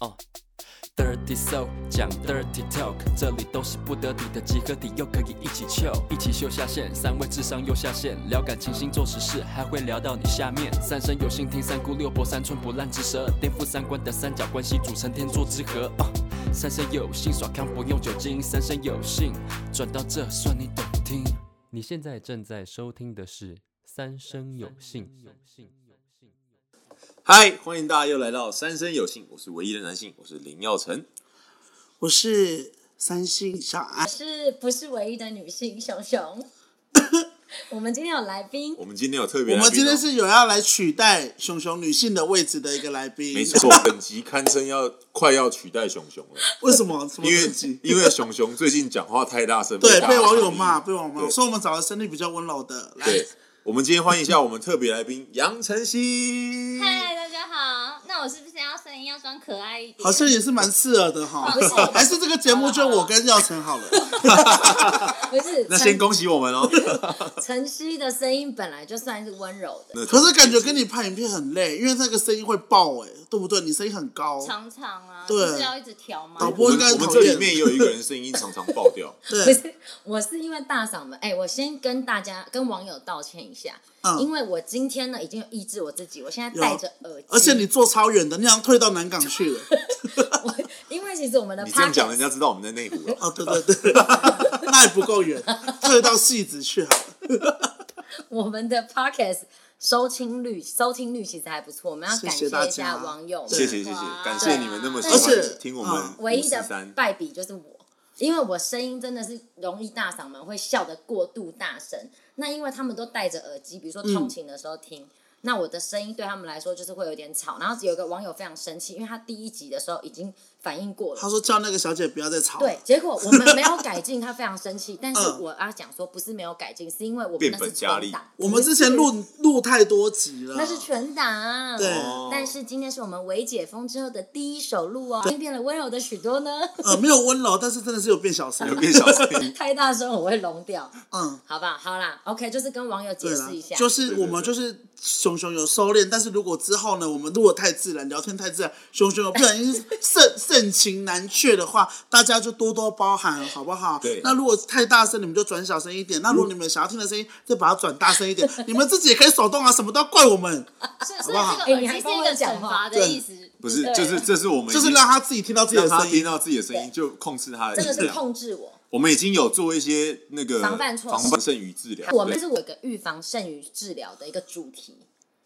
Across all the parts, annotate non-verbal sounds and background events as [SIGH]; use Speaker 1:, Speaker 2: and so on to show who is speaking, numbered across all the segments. Speaker 1: 哦、Dirty Soul 讲 Dirty Talk，这里都是不得体的集合体，又可以一起秀，一起秀下限，三位智商又下线，聊感情、星座、时事，还会聊到你下面。三生有幸听三姑六婆，三寸不烂之舌，颠覆三观的三角关系组成天作之合。哦、三生有幸耍康不用酒精，三生有幸转到这算你懂听。你现在正在收听的是《三生有幸》。
Speaker 2: 嗨，欢迎大家又来到三生有幸，我是唯一的男性，我是林耀成。
Speaker 3: 我是三星小安，
Speaker 4: 是不是唯一的女性熊熊？我们今天有来宾，
Speaker 2: 我们今天有特别来宾
Speaker 3: 我
Speaker 2: 哦，
Speaker 3: 们今天是有要来取代熊熊女性的位置的一个来宾，
Speaker 2: 没
Speaker 3: [LAUGHS]
Speaker 2: 错，本集堪称要快要取代熊熊了，
Speaker 3: 为什么？什么
Speaker 2: 因为
Speaker 3: 等级
Speaker 2: 因为熊熊最近讲话太大声，
Speaker 3: 对
Speaker 2: 大家
Speaker 3: 被网友
Speaker 2: 抗
Speaker 3: 骂，
Speaker 2: 议
Speaker 3: 被网友骂，
Speaker 2: 对
Speaker 3: 所以我们找了声音比较温柔的来。
Speaker 2: 对，我们今天欢迎一下我们特别来宾杨晨曦。
Speaker 5: 嗨，大家好。那我是不是要声音要装可爱一点？
Speaker 3: 好像也是蛮刺耳的哈
Speaker 5: 不是，
Speaker 3: [LAUGHS] 还是这个节目就我跟耀成好了。
Speaker 4: 不是
Speaker 2: 那先
Speaker 4: 晨
Speaker 2: 恭喜我们哦，
Speaker 4: 晨曦的声音本来就算是温柔的，
Speaker 3: [LAUGHS] 可是感觉跟你拍影片很累，因为那个声音会爆哎，对不对？你声音很高，
Speaker 5: 常常啊，
Speaker 3: 对
Speaker 5: 就是要一直调嘛。
Speaker 3: 导播
Speaker 2: 我们
Speaker 3: 应该
Speaker 2: 我们
Speaker 3: 讨
Speaker 2: 这
Speaker 3: 厌
Speaker 2: 里面也有一个人声音常常爆
Speaker 4: [LAUGHS]
Speaker 2: 掉，
Speaker 4: 不
Speaker 3: 对，
Speaker 4: 是，我是因为大嗓门。哎、我先跟大家、跟网友道歉一下，
Speaker 3: 嗯
Speaker 4: 因为我今天呢已经有抑制我自己，我现在戴着耳机，
Speaker 3: 而且你坐超远的，你好像退到南港去了。
Speaker 4: 我，因为其实我们的
Speaker 2: 你这样讲
Speaker 4: podcast-
Speaker 2: 人家知道我们在内湖了。
Speaker 3: 哦，对对对， [LAUGHS] 那也不够远，退到戏子去好了。
Speaker 4: [LAUGHS] 我们的 podcast 收听率收听率其实还不错，我们要
Speaker 3: 谢
Speaker 4: 感
Speaker 3: 谢
Speaker 4: 谢
Speaker 3: 大
Speaker 4: 一
Speaker 3: 家
Speaker 4: 下网友们。
Speaker 2: 谢谢谢谢，感谢你们那么喜
Speaker 3: 而且
Speaker 2: 欢听我们
Speaker 3: 嗯
Speaker 4: 哦唯一的
Speaker 2: [LAUGHS] 543
Speaker 4: 败笔就是我，因为我声音真的是容易大嗓门，会笑得过度大声。那因为他们都戴着耳机，比如说通勤的时候听，那我的声音对他们来说就是会有点吵。然后有一个网友非常生气，因为他第一集的时候已经反应过了
Speaker 3: 他。说叫那个小姐不要再吵了。
Speaker 4: 对，结果我们没有改进，他非常生气。但是
Speaker 3: 嗯
Speaker 4: 我要讲说，不是没有改进，是因为我们
Speaker 2: 变
Speaker 4: 那是
Speaker 2: 本加厉
Speaker 4: 存档
Speaker 3: 我们之前录录太多集了，
Speaker 4: 那是全档，
Speaker 3: 对
Speaker 2: 哦
Speaker 4: 但是今天是我们微解封之后的第一首录哦，变得温柔的许多呢。 [LAUGHS]
Speaker 3: 呃没有温柔，但是真的是有变
Speaker 4: 嗯
Speaker 3: 小声
Speaker 2: 有。 [LAUGHS] 变小声音，
Speaker 4: 太大声我会聋掉，
Speaker 3: 嗯，
Speaker 4: 好吧，好啦，OK，就是跟网友
Speaker 3: 对
Speaker 4: 解
Speaker 3: 啦
Speaker 4: 释一下，，
Speaker 3: 就是我们就是熊熊有收敛，但是如果之后呢，我们如果太自然，聊天太自然，熊熊有不小心盛盛情难却的话，大家就多多包涵，好不好？
Speaker 2: 对
Speaker 3: 那如果太大声，你们就转小声一点；那如果你们想要听的声音，就把它转大声一点。你们自己也可以手动啊，什么都要怪我们，
Speaker 5: 所以所以
Speaker 3: 好不
Speaker 4: 好哎
Speaker 5: 这个耳
Speaker 4: 你
Speaker 5: 机
Speaker 4: 还
Speaker 5: 是一
Speaker 4: 帮我
Speaker 5: 个
Speaker 4: 讲
Speaker 5: 惩
Speaker 4: 话
Speaker 5: 罚的意思，
Speaker 2: 不是，
Speaker 5: 对
Speaker 2: 就是这是我们已
Speaker 3: 就是
Speaker 2: 经
Speaker 3: 让他自己听到自己
Speaker 2: 让
Speaker 3: 的
Speaker 2: 他
Speaker 3: 声
Speaker 2: 听
Speaker 3: 音。
Speaker 2: 到自己的声音，就控制他的
Speaker 4: 这个
Speaker 2: 音
Speaker 4: 是
Speaker 2: 量。
Speaker 4: 控制我，
Speaker 2: 我们已经有做一些那个
Speaker 4: 防范措施
Speaker 2: 防范剩余治疗。
Speaker 4: 我们这
Speaker 2: 对
Speaker 4: 是我一个预防胜于治疗的一个主题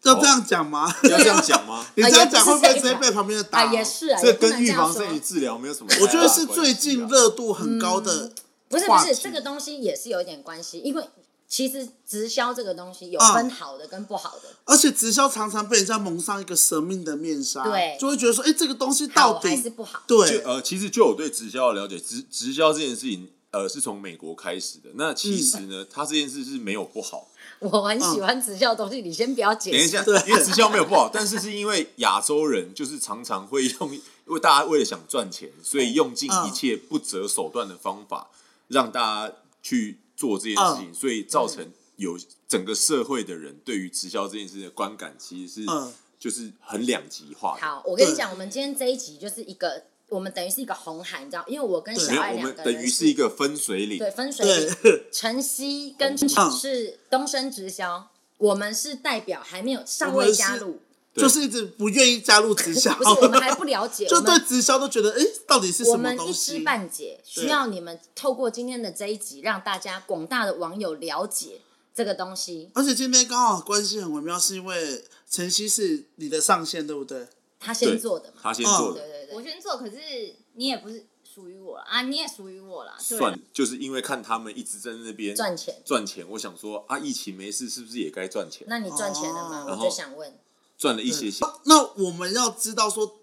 Speaker 3: 要这样讲吗？？
Speaker 2: 要这样讲吗
Speaker 3: [LAUGHS]
Speaker 4: [LAUGHS]
Speaker 3: 你这样讲
Speaker 4: 也不
Speaker 3: 会不会直
Speaker 4: 是这
Speaker 3: 接
Speaker 4: 样
Speaker 3: 被旁边的打？
Speaker 4: 啊，也是啊，
Speaker 2: 这
Speaker 4: 也不能
Speaker 2: 跟预
Speaker 4: 这样
Speaker 2: 防
Speaker 4: 说
Speaker 2: 剩余治疗没有什么太大
Speaker 3: 我
Speaker 2: 的
Speaker 3: 觉
Speaker 2: 关
Speaker 3: 得
Speaker 2: 系啊。
Speaker 3: 是最近热度很高的
Speaker 4: 嗯不是不
Speaker 3: 话题，
Speaker 4: 是这个东西也是有一点关系，因为其实直销这个东西有
Speaker 3: 嗯
Speaker 4: 分好的跟不好的，
Speaker 3: 而且直销常常被人家蒙上一个神秘的面纱，
Speaker 4: 对
Speaker 3: 就会觉得说，哎、这个东西
Speaker 4: 好
Speaker 3: 到
Speaker 4: 还是
Speaker 3: 底
Speaker 4: 不好，
Speaker 2: 就
Speaker 3: 对，
Speaker 2: 呃，其实就我对直销的了解，直直销这件事情，呃，是从美国开始的。那
Speaker 3: 嗯
Speaker 2: 其实呢，它这件事是没有不好。
Speaker 4: 我很喜欢直销的东西，你先不要解
Speaker 2: 等一
Speaker 4: 释，
Speaker 2: 下，
Speaker 3: 对
Speaker 2: 因为直销没有不好，但是是因为亚洲人就是常常会用，因为大家为了想赚钱，所以用尽
Speaker 3: 嗯
Speaker 2: 一切不择手段的方法，让大家去做这件事
Speaker 3: 嗯
Speaker 2: 情，所以造成有整个社会的人对于直销这件事情的观感，其实是
Speaker 3: 嗯
Speaker 2: 就是很两极化的。
Speaker 4: 好，我跟你
Speaker 3: 对
Speaker 4: 讲，我们今天这一集就是一个，我们等于是一个红海，你知道，因为我跟
Speaker 2: 没
Speaker 4: 小
Speaker 2: 有，
Speaker 4: 爱
Speaker 2: 我
Speaker 4: 两
Speaker 2: 们
Speaker 4: 个
Speaker 2: 等
Speaker 4: 人
Speaker 2: 于是一个分水岭，
Speaker 4: 对分水岭，
Speaker 3: [LAUGHS] 对，
Speaker 4: 晨曦跟
Speaker 3: 嗯
Speaker 4: 是东升直销，我们是代表还没有尚
Speaker 3: 我
Speaker 4: 未
Speaker 3: 们是
Speaker 4: 加入，
Speaker 2: 对
Speaker 3: 就是一直不愿意加入直销，
Speaker 4: [LAUGHS] 不是我们还不了解，
Speaker 3: [LAUGHS] 就
Speaker 4: 我
Speaker 3: 对
Speaker 4: 们
Speaker 3: 直销都觉得，哎、到底是
Speaker 4: 我
Speaker 3: 什么
Speaker 4: 们一
Speaker 3: 东
Speaker 4: 知
Speaker 3: 西？
Speaker 4: 半解，需要你们透过今天的这一集，让大家广大的网友了解这个东西，
Speaker 3: 而且今天刚好关系很微妙，是因为晨曦是你的上线，对不对？
Speaker 4: 他
Speaker 2: 对
Speaker 4: 先做的嘛，嗯
Speaker 2: 他先做
Speaker 4: 对
Speaker 2: 的，
Speaker 4: 对
Speaker 5: 我
Speaker 4: 对，
Speaker 5: 先做，可是你也不是属于我啦啊，你也属于我啦。对啦
Speaker 2: 算，就是因为看他们一直在那边
Speaker 4: 赚钱
Speaker 2: 赚钱，我想说啊，疫情没事，是不是也该赚钱？
Speaker 4: 那你赚钱了吗？
Speaker 3: 哦
Speaker 4: 我就想问，
Speaker 2: 赚了一
Speaker 3: 嗯
Speaker 2: 些些，
Speaker 3: 那我们要知道说，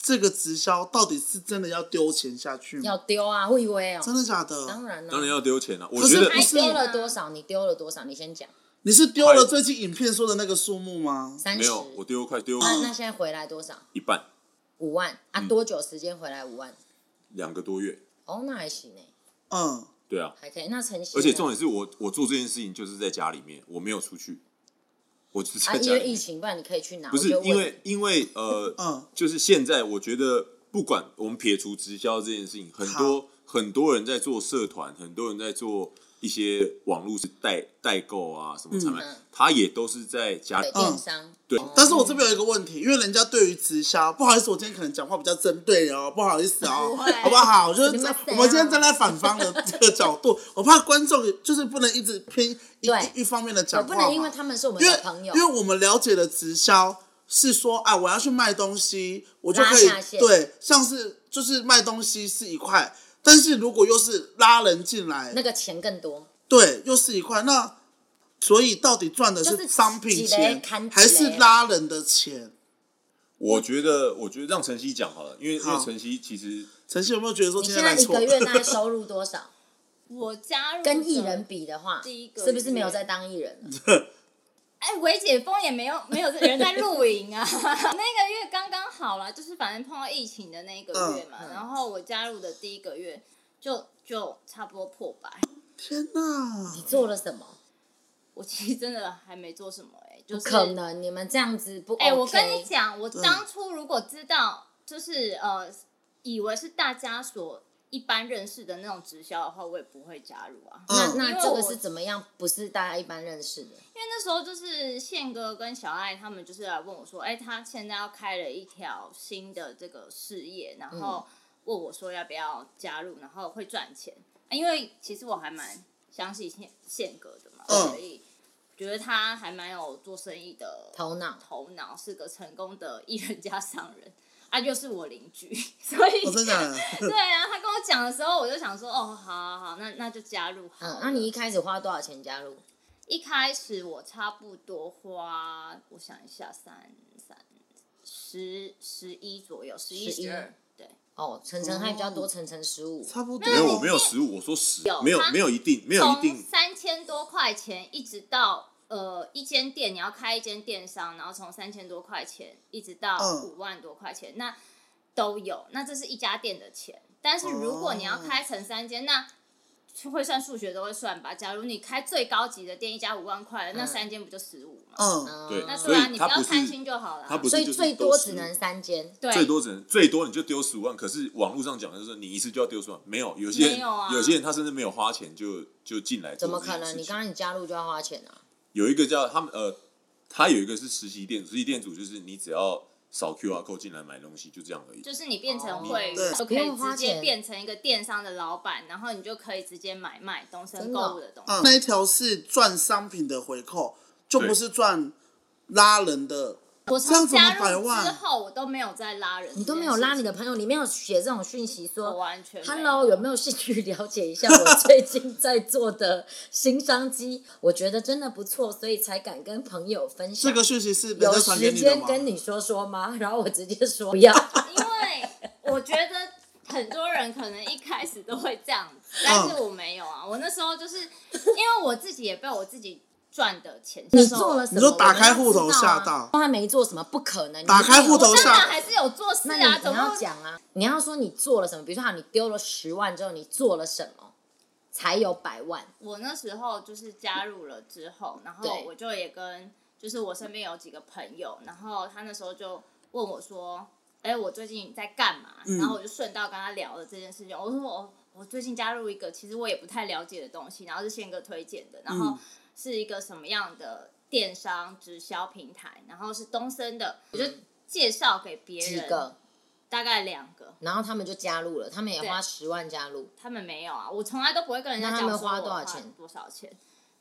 Speaker 3: 这个直销到底是真的要丢钱下去
Speaker 4: 要
Speaker 3: 吗？
Speaker 4: 丢啊，会以为哦，
Speaker 3: 真的假的？
Speaker 4: 当然了，
Speaker 2: 当然要丢钱了。啊我
Speaker 3: 可是
Speaker 2: 觉得
Speaker 3: 不
Speaker 4: 你
Speaker 3: 是啊
Speaker 4: 丢了多少？你丢了多少？你先讲
Speaker 3: 你是丢
Speaker 2: 快
Speaker 3: 了最近影片说的那个数目吗？
Speaker 4: 三
Speaker 2: 没
Speaker 4: 十。啊
Speaker 2: 有，我丢快丢嗯
Speaker 3: 嗯
Speaker 4: 那那现在回来多少？
Speaker 2: 一半，
Speaker 4: 五万啊？多久时间回来五万？
Speaker 2: 两个多月。
Speaker 4: 哦，那还行呢，
Speaker 3: 嗯，
Speaker 2: 对啊，
Speaker 4: 还可以。那晨曦呢，
Speaker 2: 而且重点是我我做这件事情就是在家里面，我没有出去，我只是
Speaker 4: 啊，
Speaker 2: 在
Speaker 4: 因
Speaker 2: 家
Speaker 4: 为
Speaker 2: 里
Speaker 4: 疫啊
Speaker 2: 面。
Speaker 4: 情，不然你可以去哪？
Speaker 2: 不是
Speaker 4: 我就问
Speaker 2: 因为因为呃
Speaker 3: 嗯，
Speaker 2: 就是现在我觉得不管我们撇除直销这件事情，很多很多人在做社团，很多人在做一些网络是代代购啊什么产品，
Speaker 4: 嗯
Speaker 2: 他也都是在家
Speaker 3: 嗯
Speaker 2: 里
Speaker 4: 对电商，
Speaker 2: 对
Speaker 4: 哦
Speaker 3: 但是我这边有一个问题，因为人家对于直销，不好意思，我今天可能讲话比较针对哦，不好意思哦，
Speaker 5: 会
Speaker 3: 好不好？就是
Speaker 4: 你们谁啊
Speaker 3: 我们今天站在反方的这个角度，我怕观众就是不能一直偏一
Speaker 4: 对
Speaker 3: 一方面的
Speaker 4: 我
Speaker 3: 讲话
Speaker 4: 不
Speaker 3: 嘛，
Speaker 4: 能因为他们是我们
Speaker 3: 因为
Speaker 4: 的朋友
Speaker 3: 因，为我们了解的直销是说啊，我要去卖东西，我就可以
Speaker 4: 拉下线
Speaker 3: 对，像是就是卖东西是一块，但是如果又是拉人进来，
Speaker 4: 那个钱更多。
Speaker 3: 对，又是一块，那所以到底赚的
Speaker 4: 就是
Speaker 3: 商品
Speaker 4: 几雷
Speaker 3: 钱
Speaker 4: 砍几
Speaker 3: 还是
Speaker 4: 雷啊
Speaker 3: 拉人的钱？
Speaker 2: 我觉得，我觉得让晨曦讲好了，因为因
Speaker 3: 好
Speaker 2: 为晨曦其实
Speaker 3: 晨曦有没有觉得说
Speaker 4: 你
Speaker 3: 今
Speaker 4: 现
Speaker 3: 天
Speaker 4: 在
Speaker 3: 来
Speaker 4: 一
Speaker 3: 错
Speaker 4: 个？月大概收入多少？
Speaker 5: 我加入
Speaker 4: 跟艺
Speaker 5: 的
Speaker 4: 人，比的话，
Speaker 5: 第一个
Speaker 4: 是不是没有
Speaker 5: 月
Speaker 4: 在当艺人了？
Speaker 5: 哎，维解封也没有没有人在露营啊， [LAUGHS] 那个月刚刚好啦，就是反正碰到疫情的那一个月嘛，
Speaker 4: 嗯嗯
Speaker 5: 然后我加入的第一个月就就差不多破百，
Speaker 3: [LAUGHS] 天哪！
Speaker 4: 你做了什么？
Speaker 5: 我其实真的还没做什么哎、就
Speaker 4: 不
Speaker 5: 是
Speaker 4: 可能，你们这样子不 OK？嗯
Speaker 5: 哎、我跟你讲，我当初如果知道，就是呃，以为是大家所一般认识的那种直销的话，我也不会加入啊。
Speaker 4: 那
Speaker 3: 嗯
Speaker 4: 那这个是怎么样？不是大家一般认识的。
Speaker 5: 因为那时候就是宪哥跟小爱他们就是来问我说，哎、他现在要开了一条新的这个事业，然
Speaker 4: 嗯
Speaker 5: 后问我说要不要加入，然后会赚钱、啊因为其实我还蛮相信宪宪哥的嘛，
Speaker 3: 嗯
Speaker 5: 所以觉得他还蛮有做生意的
Speaker 4: 头脑
Speaker 5: 头脑是个成功的艺人加商人。啊，就是我邻居，所以、
Speaker 4: 哦
Speaker 3: 我真的假的
Speaker 5: 对啊，他跟我讲的时候，我就想说，哦，好好好，那那就加入好了。
Speaker 4: 嗯，那你一开始花多少钱加入？
Speaker 5: 一开始我差不多花，我想一下，三三十十一左右，十一
Speaker 4: 11
Speaker 5: 十二，对，
Speaker 4: 哦，晨晨还比较多，晨晨十五。
Speaker 3: 差不多
Speaker 2: 没有，我没有十五，我说十
Speaker 5: 有，
Speaker 2: 没有
Speaker 5: 他
Speaker 2: 没有一定，没有一
Speaker 5: 从
Speaker 2: 定，
Speaker 5: 三千多块钱一直到呃一间店，你要开一间电商，然后从三千多块钱一直到
Speaker 3: 嗯
Speaker 5: 五万多块钱，那都有。那这是一家店的钱，但是如果你
Speaker 2: 哦
Speaker 5: 要开成三间，那会算数学都会算吧。假如你开最高级的店，一家五万块，那
Speaker 4: 嗯
Speaker 5: 三间不就十五吗？
Speaker 3: 嗯，
Speaker 4: 嗯
Speaker 2: 对
Speaker 5: 那
Speaker 2: 所
Speaker 5: 对
Speaker 2: 以
Speaker 5: 啊，你不
Speaker 2: 他
Speaker 5: 要
Speaker 2: 不是
Speaker 5: 贪心就好了。
Speaker 2: 他不是
Speaker 4: 所以
Speaker 2: 就是
Speaker 4: 最
Speaker 2: 都
Speaker 4: 多
Speaker 2: 是
Speaker 4: 只能三间。
Speaker 5: 对
Speaker 2: 最多只能最多你就丢十五万，可是网络上讲的就是你一次就要丢十万，没有，有些人
Speaker 5: 没有啊
Speaker 2: 些人他甚至没有花钱就就进来做
Speaker 4: 怎么
Speaker 2: 这件
Speaker 4: 可能？
Speaker 2: 事
Speaker 4: 你
Speaker 2: 情
Speaker 4: 刚刚你加入就要花钱啊？
Speaker 2: 有一个叫他们呃，他有一个是实习店主，实习店主就是你只要扫 QR code 进来买东西，就这样而已。
Speaker 5: 就是你变
Speaker 4: 哦
Speaker 5: 成会
Speaker 3: 对
Speaker 5: 员，就可以
Speaker 4: 不用花
Speaker 5: 直接
Speaker 4: 钱
Speaker 5: 变成一个电商的老板，然后你就可以直接买卖东
Speaker 4: 真
Speaker 5: 森
Speaker 4: 的哦
Speaker 5: 购物的东西。
Speaker 3: 嗯，那一条是赚商品的回扣，就不
Speaker 2: 对
Speaker 3: 是赚拉人的。
Speaker 5: 我
Speaker 3: 这样
Speaker 5: 从
Speaker 3: 怎么
Speaker 5: 加
Speaker 3: 百
Speaker 5: 入
Speaker 3: 万
Speaker 5: 之后，我都没有再拉人，
Speaker 4: 你都没有拉你，的朋友，你没有写这种讯息
Speaker 5: 啊我
Speaker 4: 说
Speaker 5: 完全没有
Speaker 4: ，Hello，有没有兴趣了解一下我最近在做的新商机？我觉得真的不错，所以才敢跟朋友分享。
Speaker 3: 这个讯息是人
Speaker 4: 有
Speaker 3: 家传给
Speaker 4: 时
Speaker 3: 你的
Speaker 4: 间
Speaker 3: 吗？
Speaker 4: 跟你说说吗？然后我直接说不要。
Speaker 5: 因为我觉得很多人可能一开始都会这样子，但
Speaker 4: 哦
Speaker 5: 是我没有啊。我那时候就是因为我自己也被我自己赚的钱，
Speaker 4: 你
Speaker 5: 那时候
Speaker 4: 做了什么？
Speaker 3: 你说打开
Speaker 4: 我
Speaker 3: 户头
Speaker 4: 都知道啊
Speaker 3: 吓到
Speaker 4: 都还没做什么，不可能。
Speaker 3: 打开户头
Speaker 5: 我
Speaker 4: 你没有
Speaker 5: 当然
Speaker 3: 吓
Speaker 5: 还是有做事
Speaker 4: 那你
Speaker 5: 啊，总
Speaker 4: 你要
Speaker 5: 共
Speaker 4: 讲啊，你要说你做了什么？比如说，好，你丢了十万之后，你做了什么才有百万？
Speaker 5: 我那时候就是加入了之后，然后
Speaker 4: 对
Speaker 5: 我就也跟就是我身边有几个朋友，然后他那时候就问我说：“哎、我最近在干嘛？”然
Speaker 4: 嗯
Speaker 5: 后我就顺道跟他聊了这件事情。我说我：“我最近加入一个其实我也不太了解的东西，然后是宪哥推荐的，然
Speaker 4: 嗯
Speaker 5: 后是一个什么样的电商直销平台，然后是东森的，我就介绍给别
Speaker 4: 几
Speaker 5: 人，
Speaker 4: 个？
Speaker 5: 大概两个。”
Speaker 4: 然后他们就加入了，他们也
Speaker 5: 对
Speaker 4: 花十万加入。
Speaker 5: 他们没有啊，我从来都不会跟人家
Speaker 4: 那
Speaker 5: 讲
Speaker 4: 他们
Speaker 5: 说我
Speaker 4: 花
Speaker 5: 花
Speaker 4: 多少钱
Speaker 5: 多少钱。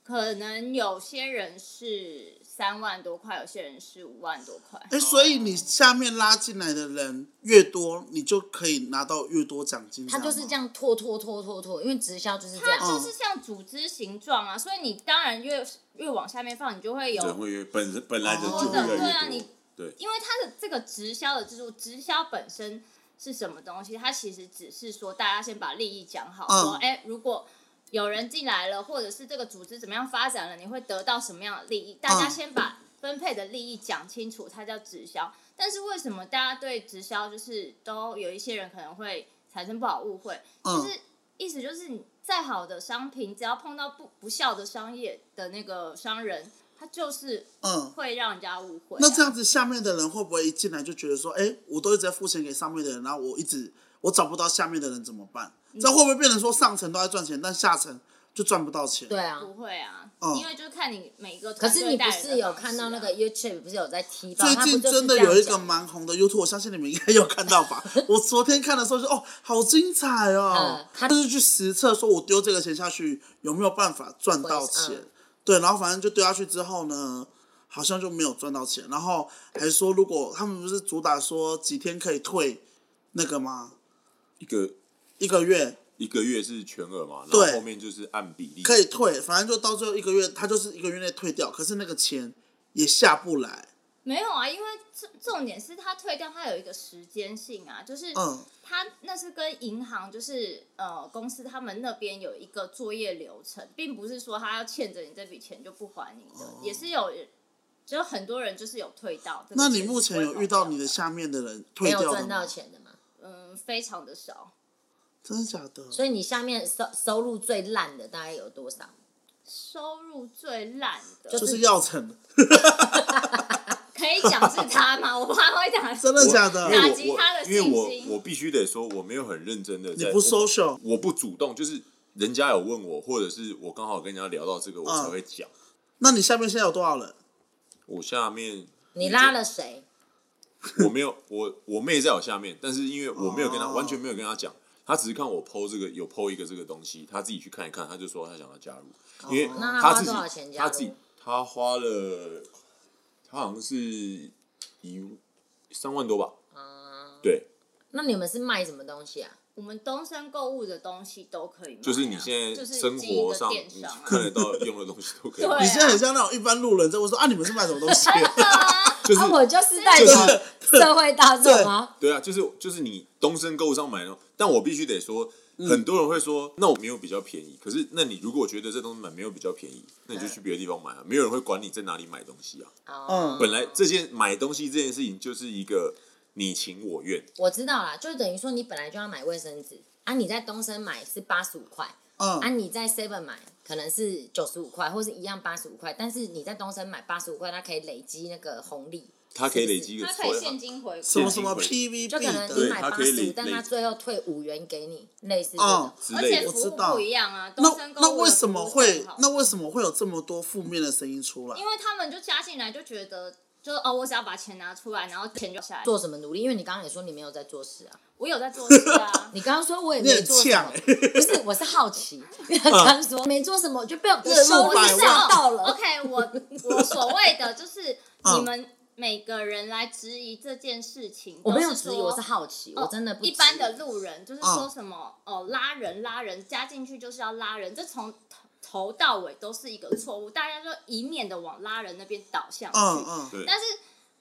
Speaker 5: 可能有些人是三万多块，有些人是五万多块。
Speaker 3: 哎，所以你下面拉进来的人越多，你就可以拿到越多奖金。
Speaker 4: 他就是这
Speaker 3: 样吗。
Speaker 4: 样拖拖拖拖拖，因为直销就是这
Speaker 5: 它
Speaker 4: 样。
Speaker 5: 就是像组织形状啊，所以你当然越越往下面放，你就会有
Speaker 2: 人会越本身本来人就
Speaker 3: 哦
Speaker 2: 会越来
Speaker 5: 对啊
Speaker 2: 越
Speaker 5: 你
Speaker 2: 多，对，
Speaker 5: 因为它的这个直销的制度，直销本身是什么东西？它其实只是说大家先把利益讲好，
Speaker 3: 嗯
Speaker 5: 说哎、诶如果有人进来了，或者是这个组织怎么样发展了，你会得到什么样的利益？
Speaker 3: 嗯
Speaker 5: 大家先把分配的利益讲清楚，它叫直销。但是为什么大家对直销就是都有一些人可能会产生不好误会？
Speaker 3: 嗯
Speaker 5: 就是意思就是你再好的商品，只要碰到不不孝的商业的那个商人，他就是
Speaker 3: 嗯。
Speaker 5: 会让人家误会啊、
Speaker 3: 那这样子，下面的人会不会一进来就觉得说，哎、我都一直在付钱给上面的人，然后我一直我找不到下面的人怎么
Speaker 4: 嗯
Speaker 3: 办？这样会不会变成说上层都在赚钱，但下层就赚不到钱？
Speaker 4: 对啊。
Speaker 5: 不会啊，
Speaker 3: 嗯
Speaker 5: 因为就是看你每一个
Speaker 4: 可
Speaker 5: 团
Speaker 4: 是
Speaker 5: 队
Speaker 4: 你
Speaker 5: 带
Speaker 4: 不
Speaker 5: 人的方式啊。
Speaker 4: 是有看到那个
Speaker 5: 啊
Speaker 4: YouTube 不是有在踢爆？
Speaker 3: 最
Speaker 4: 他不
Speaker 3: 近
Speaker 4: 就是
Speaker 3: 真的
Speaker 4: 这样
Speaker 3: 有一个
Speaker 4: 讲
Speaker 3: 蛮红的 YouTube，我相信你们应该有看到
Speaker 4: [LAUGHS]
Speaker 3: 吧？我昨天看的时候就哦，好精彩哦
Speaker 4: 嗯！
Speaker 3: 他
Speaker 4: 他
Speaker 3: 就是去实测，说我丢这个钱下去有没有办法赚到钱？
Speaker 4: 嗯
Speaker 3: 对，然后反正就丢下去之后呢，好像就没有赚到钱。然后还说，如果他们不是主打说几天可以退那个吗？
Speaker 2: 一个
Speaker 3: 一个月
Speaker 2: 一个月是全额嘛，然
Speaker 3: 对
Speaker 2: 后后面就是按比例，
Speaker 3: 可以退，反正就到最后一个月，他就是一个月内退掉，可是那个钱也下不来。
Speaker 5: 没有啊，因为重重点是它退掉，它有一个时间性啊，就是
Speaker 3: 嗯
Speaker 5: 它那是跟银行就是呃公司他们那边有一个作业流程，并不是说他要欠着你这笔钱就不还你的，
Speaker 3: 哦
Speaker 5: 也是有就很多人就是有退到这个钱。
Speaker 3: 那你目前有遇到你的
Speaker 5: 下
Speaker 3: 下面的人
Speaker 4: 没
Speaker 3: 退
Speaker 4: 有
Speaker 3: 掉的
Speaker 4: 赚到
Speaker 3: 吗？
Speaker 4: 钱的嘛？
Speaker 5: 嗯非常的少，
Speaker 3: 真的假的？
Speaker 4: 所以你下面收收入最烂的大概有多少？
Speaker 5: 收入最烂的，
Speaker 3: 就是药城，
Speaker 5: 可以讲是他吗？我 [LAUGHS] 怕会讲
Speaker 3: 真的
Speaker 2: 我
Speaker 3: 假的？
Speaker 2: 因为
Speaker 5: 打击
Speaker 2: 我
Speaker 5: 他的
Speaker 2: 因为
Speaker 5: 信
Speaker 2: 我
Speaker 5: 心
Speaker 2: 我必须得说，我没有很认真的，
Speaker 3: 你不 social，
Speaker 2: 我不主动，就是人家有问我，或者是我刚好跟人家聊到这个，我才会讲。
Speaker 3: 那你下面现在有多少人？
Speaker 2: 我下面
Speaker 4: 你拉了谁？
Speaker 2: 我
Speaker 3: [LAUGHS]
Speaker 2: 没有，我我妹在我下面，但是因为我没有跟她、
Speaker 3: 哦
Speaker 2: 完全没有跟她讲，她只是看我 PO 这个有 PO 一个这个东西，她自己去看一看，她就说她想要加
Speaker 3: 哦
Speaker 2: 入，因为
Speaker 4: 那她
Speaker 2: 她
Speaker 4: 花
Speaker 2: 自己
Speaker 4: 多少钱加
Speaker 2: 她
Speaker 4: 入
Speaker 2: 自己她花了，她好像是一三万多吧，
Speaker 4: 啊、
Speaker 2: 对，
Speaker 4: 那你们是卖什么东西啊？
Speaker 5: 我们东升购物的东西都可以买啊、
Speaker 2: 就是你现
Speaker 5: 就
Speaker 2: 在
Speaker 5: 是
Speaker 2: 生
Speaker 5: 经营
Speaker 2: 活
Speaker 5: 的
Speaker 2: 上
Speaker 5: 电
Speaker 2: 你
Speaker 5: 商啊
Speaker 2: 看得到用的东西
Speaker 5: [LAUGHS]
Speaker 2: 都可以
Speaker 5: 对
Speaker 2: 买，
Speaker 5: 啊
Speaker 3: 你现在很像那种一般路人在问说啊，你们是卖什么东西？
Speaker 2: 就是
Speaker 4: 啊，我就是代表 [LAUGHS] 社会大众啊。
Speaker 2: 对啊，就是就是你东升购物上买的，但我必须得说，
Speaker 5: 嗯
Speaker 2: 很多人会说，那我没有比较便宜。可是，那你如果觉得这东西买没有比较便宜，那你就去别的地方买啊，没有人会管你在哪里买东西啊。
Speaker 5: 嗯
Speaker 4: 哦
Speaker 2: 本来这件买东西这件事情就是一个你情我愿，
Speaker 4: 我知道啦，就等于说你本来就要买卫生纸啊，你在东升买是八十五块，啊，
Speaker 3: 嗯，
Speaker 4: 你在 Seven 买可能是九十五块，或是一样八十五块，但是你在东升买八十五块，它可以累积那个红利，
Speaker 2: 它可以累积一个
Speaker 5: 他可以现金回
Speaker 3: 什
Speaker 5: 馈
Speaker 3: 么。什么 PVB
Speaker 4: 就可能
Speaker 2: 对
Speaker 4: 你
Speaker 3: 的，
Speaker 4: 买
Speaker 2: 它
Speaker 4: 八
Speaker 2: 可以
Speaker 4: 十
Speaker 2: 累
Speaker 4: 五，但它
Speaker 2: 累
Speaker 4: 最后退五元给你，类似这
Speaker 3: 嗯
Speaker 4: 种。
Speaker 2: 之
Speaker 5: 而
Speaker 2: 类
Speaker 5: 且
Speaker 2: 的
Speaker 3: 我。
Speaker 5: 服
Speaker 3: 知
Speaker 5: 务
Speaker 3: 道
Speaker 5: 不一样啊，
Speaker 3: 那
Speaker 5: 东升购
Speaker 3: 那
Speaker 5: 物的
Speaker 3: 为什么
Speaker 5: 服务
Speaker 3: 会
Speaker 5: 更好
Speaker 3: 那为什么会有这么多负面的声音出来
Speaker 5: 因？为他们就加进来就觉得，就是哦，我只要把钱拿出来，然后钱就下来。
Speaker 4: 做什么努力？因为你刚刚也说你没有在做事啊，，
Speaker 5: 我有在做事啊
Speaker 3: [LAUGHS]
Speaker 4: 你刚刚说我也
Speaker 3: 你
Speaker 4: 没
Speaker 3: 很
Speaker 4: 做什
Speaker 3: 呛
Speaker 4: 么，
Speaker 3: 欸
Speaker 4: 不是，我是好奇， [LAUGHS] 刚刚说没做什么，我就被我
Speaker 3: 月入
Speaker 4: 的收入
Speaker 3: 百万
Speaker 4: 吓到
Speaker 5: 哦
Speaker 4: 了。
Speaker 5: OK，我我所谓的就是
Speaker 3: 嗯
Speaker 5: 你们每个人来质疑这件事情，
Speaker 4: 我没有
Speaker 5: 都
Speaker 4: 质
Speaker 5: 说
Speaker 4: 疑，我是好奇，
Speaker 5: 哦
Speaker 4: 我真的不
Speaker 5: 一
Speaker 4: 质疑
Speaker 5: 般的路人就是说
Speaker 3: 嗯
Speaker 5: 什么哦拉人拉人加进去就是要拉人，这从头头到尾都是一个错误，大家就一面的往拉人那边倒向去。
Speaker 3: 嗯嗯，
Speaker 2: 对，
Speaker 5: 但是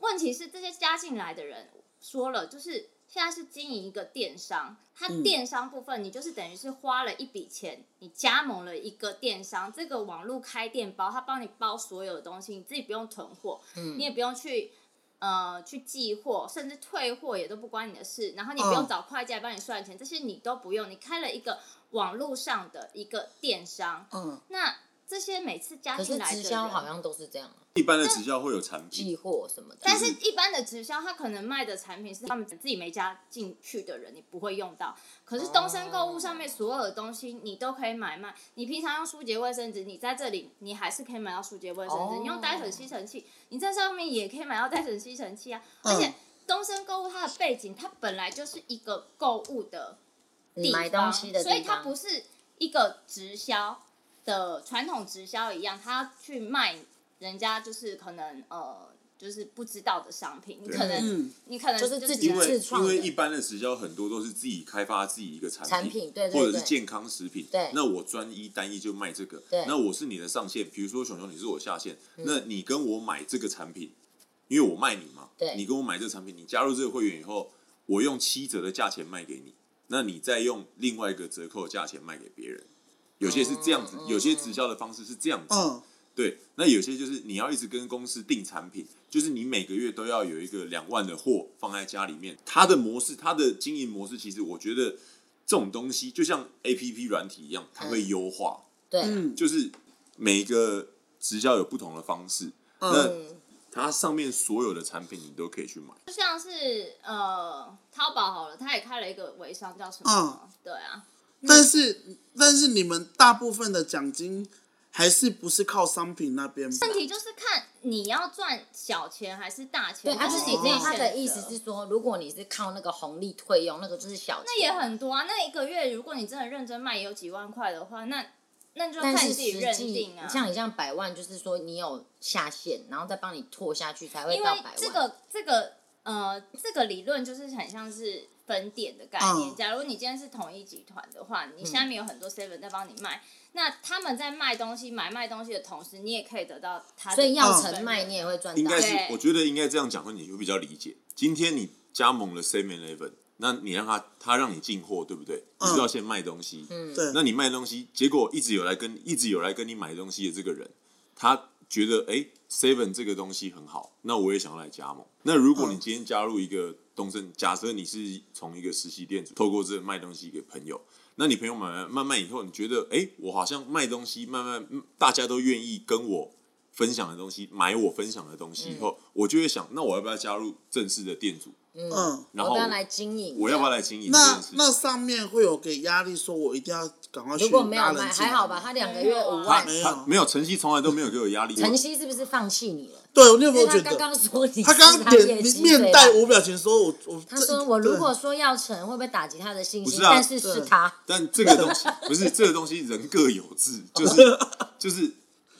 Speaker 5: 问题是，这些加进来的人说了，就是现在是经营一个电
Speaker 4: 嗯
Speaker 5: 商，它电商部分你就是等于是花了一笔钱，你加盟了一个电商，这个网络开店包，它帮你包所有的东西，你自己不用囤货，
Speaker 4: 嗯
Speaker 5: 你也不用去。呃，去寄货，甚至退货也都不关你的事，然后你也不用
Speaker 3: 嗯
Speaker 5: 找会计来帮你算钱，这些你都不用。你开了一个网络上的一个电商，
Speaker 3: 嗯，
Speaker 5: 那这些每次加
Speaker 4: 可
Speaker 5: 进
Speaker 4: 是
Speaker 5: 来的
Speaker 4: 直
Speaker 5: 人，
Speaker 4: 销好像都是这样，
Speaker 2: 一般的直销会有产品，
Speaker 4: 寄货什么的。
Speaker 5: 但是一般的直销，它可能卖的产品是他们自己没加进去的人，你不会用到。可是东升购物上面所有的东西你都可以买卖，你平常用舒洁卫生纸，你在这里你还是可以买到舒洁卫生纸，
Speaker 4: 哦
Speaker 5: 你用戴森吸尘器，你在上面也可以买到戴森吸尘器啊。
Speaker 3: 嗯
Speaker 5: 而且东升购物它的背景，它本来就是一个购物的
Speaker 4: 你
Speaker 5: 地
Speaker 4: 买
Speaker 5: 方，
Speaker 4: 东西的地
Speaker 5: 所
Speaker 4: 方，
Speaker 5: 以它不是一个直销的传统直销一样，它去卖人家就是可能呃就是不知道的商品，你
Speaker 2: 对
Speaker 5: 可能、
Speaker 3: 嗯
Speaker 5: 你可能
Speaker 4: 就是自己
Speaker 5: 只
Speaker 2: 因
Speaker 5: 能
Speaker 2: 为
Speaker 4: 自创
Speaker 2: 因
Speaker 4: 的
Speaker 2: 为一般的直销很多都是自己开发自己一个产
Speaker 4: 产品对对
Speaker 2: 或者
Speaker 4: 对
Speaker 2: 是健康食品，
Speaker 4: 对
Speaker 2: 那我专一单一就卖这个，
Speaker 4: 对嗯
Speaker 2: 那我是你的上线，比如说熊熊你是我下线，那你跟我买这个产品，因为我卖你嘛，
Speaker 4: 对
Speaker 2: 你跟我买这个产品，你加入这个会员以后，我用七折的价钱卖给你，那你再用另外一个折扣的价钱卖给别人，有些是这样
Speaker 4: 嗯
Speaker 2: 子，有些直销的方式是这样子，
Speaker 3: 嗯，
Speaker 2: 对，那有些就是你要一直跟公司定产品，就是你每个月都要有一个两万的货放在家里面。它的模式，它的经营模式，其实我觉得这种东西就像 A P P 软体一样，它会优化，
Speaker 4: 对，
Speaker 3: 嗯
Speaker 2: 就是每一个直销有不同的方式，那它上面所有的产品你都可以去买。
Speaker 5: 就像是呃，淘宝好了，他也开了一个微商叫什么？
Speaker 4: 嗯
Speaker 5: 对啊，
Speaker 3: 但是但是你们大部分的奖金还是不是靠商品那边吧？
Speaker 5: 问题就是看你要赚小钱还是大钱，
Speaker 4: 对，啊他
Speaker 5: 就
Speaker 4: 就是是已
Speaker 5: 你自
Speaker 4: 经
Speaker 5: 己
Speaker 4: 他的
Speaker 5: 选择
Speaker 4: 意思是说，如果你是靠那个红利退佣，那个就是小钱。
Speaker 5: 那也很多啊。那一个月如果你真的认真卖，也有几万块的话，那那就看
Speaker 4: 但
Speaker 5: 你
Speaker 4: 是
Speaker 5: 自己
Speaker 4: 实
Speaker 5: 认
Speaker 4: 际
Speaker 5: 定啊。
Speaker 4: 像你这样百万，就是说你有下限，然后再帮你拓下去才会
Speaker 5: 因
Speaker 4: 到
Speaker 5: 为
Speaker 4: 百万。
Speaker 5: 这个这个呃这个理论就是很像是分店的概念。
Speaker 3: 嗯
Speaker 5: 假如你今天是统一集团的话，你
Speaker 4: 嗯
Speaker 5: 下面有很多 seven 在帮你卖，那他们在卖东西、买卖东西的同时，你也可以得到他的
Speaker 4: 所以
Speaker 5: 利
Speaker 3: 嗯
Speaker 4: 要
Speaker 5: 润
Speaker 4: 成卖你也会赚
Speaker 2: 应
Speaker 4: 到
Speaker 2: 该。
Speaker 5: 对
Speaker 2: 是，我觉得应该这样讲会你会比较理解。今天你加盟了 Seven Eleven，那你让他他让你进货，对不对？你就要先卖东西，嗯，
Speaker 3: 对，
Speaker 2: 那你卖东西，结果一直有来跟一直有来跟你买东西的这个人，他觉得哎，Seven 这个东西很好，那我也想要来加盟。那如果你今天加入一个东升，假设你是从一个实习店主，透过这卖东西给朋友，那你朋友买完慢慢以后，你觉得哎，我好像卖东西，慢慢嗯大家都愿意跟我。分享的东西，买我分享的东西以后，我就会想，那我要不要加入正式的店主？
Speaker 3: 嗯，
Speaker 2: 然后
Speaker 4: 我不
Speaker 2: 我
Speaker 4: 要来经营，
Speaker 2: 我要不要来经营这件
Speaker 3: 那
Speaker 2: 事情？
Speaker 3: 那上面会有给压力，说我一定要赶快去
Speaker 4: 如果没
Speaker 3: 拉
Speaker 4: 有
Speaker 3: 人
Speaker 4: 卖，
Speaker 3: 进来
Speaker 4: 还好吧？？他两个
Speaker 5: 啊
Speaker 4: 月五
Speaker 2: 他
Speaker 4: 万，
Speaker 3: 没有
Speaker 2: 他没有晨曦从来都没有给我压力。
Speaker 4: 晨曦是不是放弃你了？
Speaker 3: 对，我你有没
Speaker 4: 因为
Speaker 3: 有
Speaker 4: 他
Speaker 3: 觉得？
Speaker 4: 刚刚说你是
Speaker 3: 他刚
Speaker 4: 他
Speaker 3: 刚
Speaker 4: 业
Speaker 3: 脸
Speaker 4: 绩
Speaker 3: 面
Speaker 4: 最
Speaker 3: 带
Speaker 4: 大
Speaker 3: 无表情说：“我我
Speaker 4: 他
Speaker 3: 这
Speaker 4: 说我如果
Speaker 3: 对
Speaker 4: 说要成，会不会打击他的信
Speaker 2: 不
Speaker 4: 心？
Speaker 2: 是啊
Speaker 4: 但是是
Speaker 3: 对
Speaker 4: 他，
Speaker 2: 但这个东西不是这个东西，人各有志，就是就是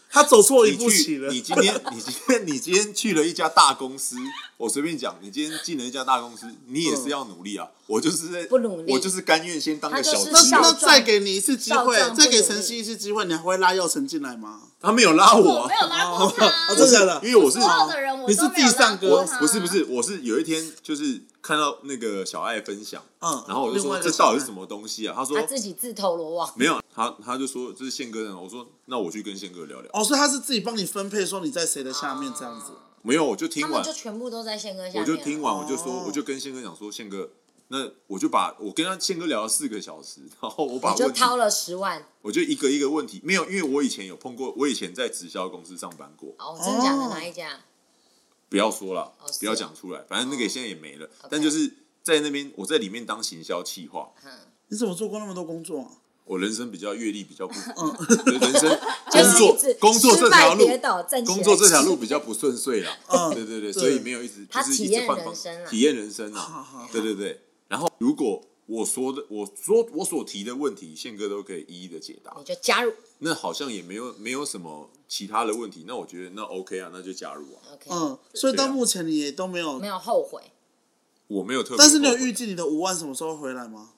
Speaker 3: 他走错一
Speaker 2: 你
Speaker 3: 步棋
Speaker 2: 去，
Speaker 3: 了，
Speaker 2: 你今天你今天你今天去了一家大公司，我随便讲，你今天进了一家大公司，你也
Speaker 3: 嗯
Speaker 2: 是要努力啊。我就是在
Speaker 4: 不努力
Speaker 2: 我就是甘愿先当个
Speaker 4: 他就
Speaker 2: 小
Speaker 4: 是
Speaker 2: 职
Speaker 3: 那
Speaker 4: 少
Speaker 3: 那
Speaker 2: 员。
Speaker 4: 壮
Speaker 3: 再给你一次机
Speaker 4: 少
Speaker 3: 会
Speaker 4: 壮，不
Speaker 3: 再给
Speaker 4: 努
Speaker 3: 晨
Speaker 4: 力
Speaker 3: 曦一次机会，你还会拉耀晨进来吗
Speaker 2: 他没有拉我
Speaker 5: 我
Speaker 2: 啊
Speaker 5: 没，有拉过他，
Speaker 2: [LAUGHS]
Speaker 3: 哦真的假的
Speaker 2: 因为我是
Speaker 5: 所有的人我
Speaker 3: 你
Speaker 5: 都
Speaker 3: 是
Speaker 5: 没有
Speaker 3: 地
Speaker 5: 拉
Speaker 3: 上
Speaker 5: 过
Speaker 3: 哥
Speaker 5: 他，啊
Speaker 2: 不是不是，我是有一天就是看到那个小爱分享，
Speaker 3: 嗯
Speaker 2: 然后我就
Speaker 3: 另外
Speaker 2: 说
Speaker 3: 一个
Speaker 2: 这到底
Speaker 3: 小
Speaker 2: 是
Speaker 3: 爱
Speaker 2: 什么东西啊？他说
Speaker 4: 他自己自投罗网。
Speaker 2: 没有，啊他他就说这是宪哥的，我说那我去跟宪哥聊聊。
Speaker 3: 哦，所以他是自己帮你分配，说你在谁的下面这样子。
Speaker 4: 哦
Speaker 2: 没有，我就听
Speaker 4: 他
Speaker 2: 完
Speaker 4: 们就，全部都在宪哥下面
Speaker 2: 我
Speaker 4: 了。
Speaker 2: 就听完，我就说
Speaker 3: 哦，
Speaker 2: 我就跟宪哥讲说，宪哥，那我就把我跟他宪哥聊了四个小时， [LAUGHS] 然后我把
Speaker 4: 你就
Speaker 2: 问题，
Speaker 4: 掏了十万
Speaker 2: 我就一个一个问题，没有，因为我以前有碰过，我以前在直销公司上班过，
Speaker 4: 哦，真的假的？
Speaker 3: 哦
Speaker 4: 哪一家？
Speaker 2: 不要说了
Speaker 4: 哦，是哦
Speaker 2: 不要讲出来，反正那个现在也没了，但
Speaker 4: OK
Speaker 2: 就是在那边，我在里面当行销企划，
Speaker 4: 嗯，
Speaker 3: 你怎么做过那么多工作啊？
Speaker 2: 我人生比较阅历比较不，对 [LAUGHS] 人生
Speaker 4: [LAUGHS] 就是
Speaker 2: 工作工作
Speaker 4: 一直
Speaker 2: 这条
Speaker 4: 失败
Speaker 2: 路
Speaker 4: 跌倒站起来
Speaker 2: 工作这条路比较不顺遂
Speaker 4: [LAUGHS]
Speaker 2: 啦，对对对，
Speaker 3: 对
Speaker 2: 所以没有一直
Speaker 4: 嗯他
Speaker 2: 就是
Speaker 4: 体
Speaker 2: 一
Speaker 4: 验
Speaker 2: 直换方
Speaker 4: 人生啊啦
Speaker 2: 体验人生啊，对对对。然后如果我说的我说我所提的问题，宪哥都可以一一的解答
Speaker 4: 你，就加入。
Speaker 2: 那好像也没有没有什么其他的问题，那我觉得那 OK 啊，那就加入啊，
Speaker 4: OK，、
Speaker 3: 嗯，所以到
Speaker 2: 对啊
Speaker 3: 目前你也都没有
Speaker 4: 没，有后悔。
Speaker 2: 我没有特别后悔，
Speaker 3: 但是你有预计你的五万什么时候回来吗？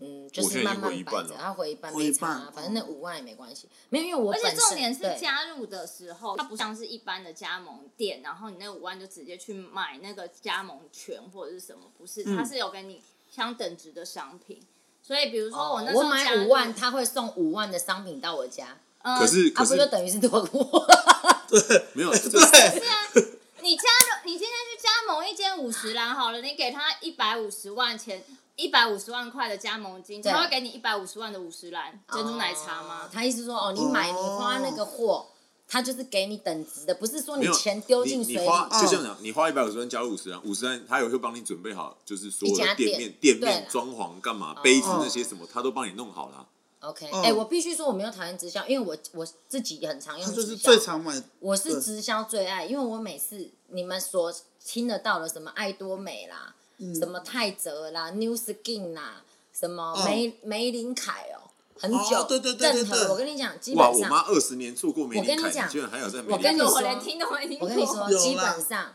Speaker 4: 嗯，就
Speaker 2: 我现
Speaker 4: 是
Speaker 2: 在已
Speaker 4: 慢
Speaker 2: 经
Speaker 4: 慢
Speaker 2: 回一嗯
Speaker 4: 摆
Speaker 2: 半
Speaker 4: 着，
Speaker 2: 了
Speaker 4: 他回一半
Speaker 3: 回一
Speaker 4: 没差啊
Speaker 3: 半，
Speaker 4: 反正那五万也没关系。没有，因为我
Speaker 5: 而且
Speaker 4: 本身
Speaker 5: 重点是
Speaker 4: 对
Speaker 5: 加入的时候，它不像是一般的加盟店，然后你那五万就直接去买那个加盟权或者是什么，不是，
Speaker 4: 嗯
Speaker 5: 它是有给你相等值的商品。所以比如说我那时
Speaker 4: 哦我
Speaker 5: 候加
Speaker 4: 买
Speaker 5: 入
Speaker 4: 五万，，他会送五万的商品到我家，
Speaker 5: 呃
Speaker 2: 可是
Speaker 4: 啊，
Speaker 2: 可
Speaker 4: 不
Speaker 2: 是
Speaker 4: 就等于是多过我？
Speaker 2: 没有，这
Speaker 3: 对，
Speaker 5: 你加入，你今天去加盟一间五十兰好了，你给他一百五十万钱，一百五十万块的加盟金，
Speaker 4: 对
Speaker 5: 他会给你一百五十万的五十兰珍珠奶茶
Speaker 4: 哦
Speaker 5: 吗？
Speaker 4: 他意思说，哦，你买你花那个
Speaker 3: 哦
Speaker 4: 货，他就是给你等值的，不是说
Speaker 2: 没有
Speaker 4: 钱丢进水
Speaker 2: 你你
Speaker 4: 里。
Speaker 2: 花
Speaker 3: 嗯
Speaker 2: 就这样讲，你花一百五十万加入五十万，五十万他也会帮你准备好，就是所有
Speaker 4: 一家
Speaker 2: 的
Speaker 4: 店
Speaker 2: 面、店
Speaker 4: 对啦啊哦
Speaker 2: 面、装潢干嘛、杯子那些什么，他都帮你弄好了。啊
Speaker 4: OK，哎、
Speaker 3: 嗯
Speaker 4: 我必须说我没有讨厌直销，因为我我自己也很常用
Speaker 3: 他
Speaker 4: 直销，
Speaker 3: 就是最常买，
Speaker 4: 我是直销最爱，因为我每次你们所听得到的什么爱多美啦，
Speaker 3: 嗯
Speaker 4: 什么泰泽啦、New Skin 啦，什么
Speaker 3: 嗯
Speaker 4: 梅、梅林凯哦、很
Speaker 3: 哦
Speaker 4: 久，
Speaker 3: 对对对对
Speaker 4: 任何
Speaker 3: 对
Speaker 4: 我跟你讲，基
Speaker 2: 哇，
Speaker 4: 本
Speaker 2: 我
Speaker 4: 上
Speaker 2: 妈二十年做过美
Speaker 4: 我跟
Speaker 2: 林
Speaker 4: 你
Speaker 2: 凯，
Speaker 4: 讲
Speaker 2: 你居然还有在美
Speaker 4: 我跟
Speaker 2: 林
Speaker 4: 你
Speaker 2: 凯
Speaker 5: 这个
Speaker 4: 说
Speaker 5: 我连听都没听
Speaker 4: 我
Speaker 5: 过。
Speaker 4: 跟你说，
Speaker 3: 有啦
Speaker 4: 基本上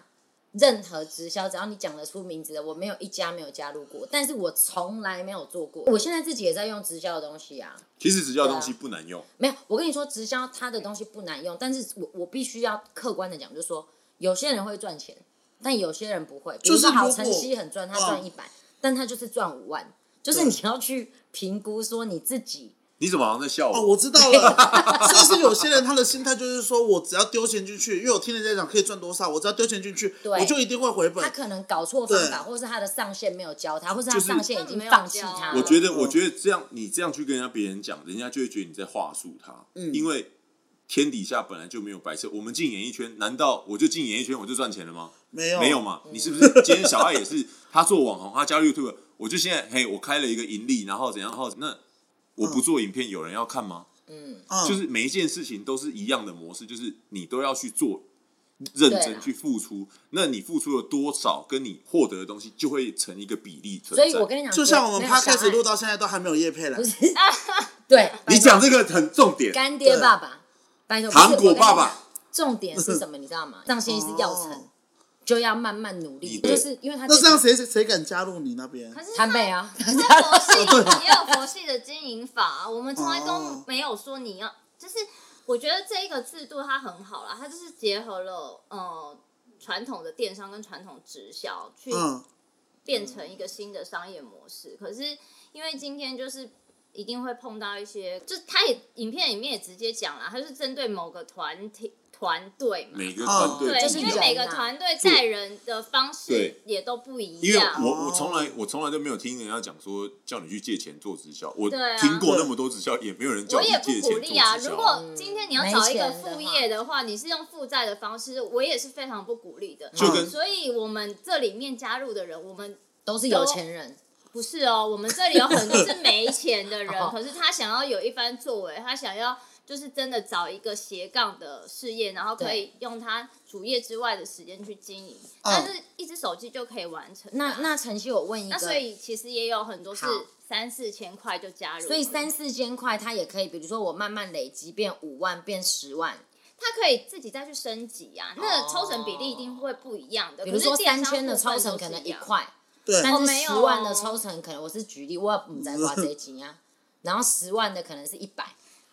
Speaker 4: 任何直销只要你讲得出名字的，我没有一家没有加入过，但是我从来没有做过。我现在自己也在用直销的东西啊，
Speaker 2: 其实直销东西
Speaker 4: 对啊
Speaker 2: 不难用，
Speaker 4: 没有，我跟你说，直销它的东西不难用，但是我我必须要客观的讲，就是说有些人会赚钱，但有些人不会。比如
Speaker 3: 就是
Speaker 4: 说
Speaker 3: 如
Speaker 4: 好
Speaker 3: 果
Speaker 4: 晨曦很赚，他赚
Speaker 3: 嗯
Speaker 4: 一百、但他就是赚五万，就是
Speaker 3: 对
Speaker 4: 你要去评估说你自己。
Speaker 2: 你怎么好像在笑
Speaker 3: 哦，
Speaker 2: 我？
Speaker 3: 我知道了，所以是有些人他的心态就是说我只要丢钱进去，因为我听人家讲可以赚多少，我只要丢钱进去，
Speaker 4: 对
Speaker 3: 我就一定会回
Speaker 4: 他
Speaker 3: 本。
Speaker 4: 可能搞错方法，
Speaker 3: 对
Speaker 4: 或是他的上线没有教他，或是他
Speaker 2: 就是
Speaker 4: 上线已
Speaker 5: 他们
Speaker 4: 经
Speaker 5: 没有
Speaker 4: 放弃
Speaker 5: 教啊
Speaker 4: 他
Speaker 5: 我
Speaker 2: 我
Speaker 4: 了。
Speaker 2: 觉
Speaker 4: 嗯
Speaker 2: 得，我觉得这样，你这样去跟人家别人讲，人家就会觉得你在话术他，因为天底下本来就没有白吃，我们进演艺圈，难道我就进演艺圈我就赚钱了吗？
Speaker 3: 没有
Speaker 2: 没有
Speaker 4: 嗯
Speaker 2: 嘛？你是不是今天小爱也是他做网红，他加入 YouTube，我就现在嘿，我开了一个盈利，然后怎样？然后那我不做影片，有人要看吗？
Speaker 3: 嗯，
Speaker 2: 就是每一件事情都是一样的模式，就是你都要去做，认
Speaker 4: 对啊
Speaker 2: 真
Speaker 4: 啦
Speaker 2: 去付出。那你付出了多少，跟你获得的东西就会成一个比例存
Speaker 4: 所
Speaker 2: 在。
Speaker 4: 以我跟你讲，
Speaker 3: 就像我们
Speaker 4: 没有小
Speaker 3: podcast
Speaker 4: 爱
Speaker 3: 录到现在都还没有叶配来
Speaker 4: 不，是对，
Speaker 2: 你讲这个很重点，
Speaker 4: 啊干爹爸爸，拜托，不是
Speaker 2: 糖果爸，
Speaker 4: 我跟你讲
Speaker 2: 爸，
Speaker 4: 重点是什么？你知道吗？上线是要成
Speaker 3: 哦，
Speaker 4: 就要慢慢努力，
Speaker 2: 你
Speaker 4: 就是因为他
Speaker 3: 那这样谁谁敢加入你那边？
Speaker 5: 可是他
Speaker 4: [LAUGHS] 摊背啊，[LAUGHS]
Speaker 5: 佛系也有佛系的经营法，啊我们从来
Speaker 3: 哦
Speaker 5: 都没有说你要，就是我觉得这一个制度它很好啦，它就是结合了呃传统的电商跟传统直销去
Speaker 3: 嗯，
Speaker 5: 变成一个新的商业模式。可是因为今天就是一定会碰到一些，就是他也影片里面也直接讲了，他是针对某个团体团队嘛。
Speaker 2: 每个团队
Speaker 5: 对，
Speaker 4: 就
Speaker 2: 不
Speaker 4: 是
Speaker 2: 一
Speaker 5: 因为
Speaker 2: 样
Speaker 5: 每个团队带人的方式
Speaker 2: 对
Speaker 5: 也都不一
Speaker 2: 因为
Speaker 5: 样。
Speaker 2: 我我从来我从来都没有听人家讲说叫你去借钱做直销，我
Speaker 5: 对啊
Speaker 2: 听过那么多直销，也没有人叫
Speaker 5: 我
Speaker 2: 你
Speaker 5: 也
Speaker 2: 借钱
Speaker 5: 不
Speaker 2: 做
Speaker 5: 鼓
Speaker 2: 直
Speaker 5: 励啊。
Speaker 2: 销
Speaker 5: 如
Speaker 2: 啊。
Speaker 5: 果今天你要找一个副业的话，你是用负债的方式，我也是非常不鼓励的。
Speaker 2: 就跟
Speaker 5: 所以我们这里面加入的人，我们
Speaker 4: 都是有钱人，
Speaker 5: 不是哦，我们这里有很多是没钱
Speaker 4: [LAUGHS]
Speaker 5: 的
Speaker 4: 哦
Speaker 5: 人，可是他想要有一番作为，他想要就是真的找一个斜杠的事业，然后可以用他主业之外的时间去经营，但是一只手机就可以完成。
Speaker 4: 嗯那那晨曦，我问一
Speaker 5: 那
Speaker 4: 个，
Speaker 5: 所以其实也有很多是
Speaker 4: 好
Speaker 5: 三四千块就加入，
Speaker 4: 所以三四千块，它也可以，比如说我慢慢累积变五万，变十万，
Speaker 5: 他可以自己再去升级啊，那
Speaker 4: 哦
Speaker 5: 个抽成比例一定会不一样的。
Speaker 4: 比如
Speaker 5: 可
Speaker 4: 说
Speaker 5: 是电
Speaker 4: 三
Speaker 5: 商
Speaker 4: 千的
Speaker 5: 部分
Speaker 4: 抽成
Speaker 5: 都
Speaker 4: 可
Speaker 5: 是
Speaker 4: 能
Speaker 5: 一
Speaker 4: 一
Speaker 5: 样，
Speaker 4: 块，
Speaker 3: 对，
Speaker 4: 但
Speaker 5: 哦
Speaker 4: 是
Speaker 5: 没有
Speaker 4: 十
Speaker 5: 哦
Speaker 4: 万的抽成可能我是举例，我不在花这钱啊，然后十万的可能是一百，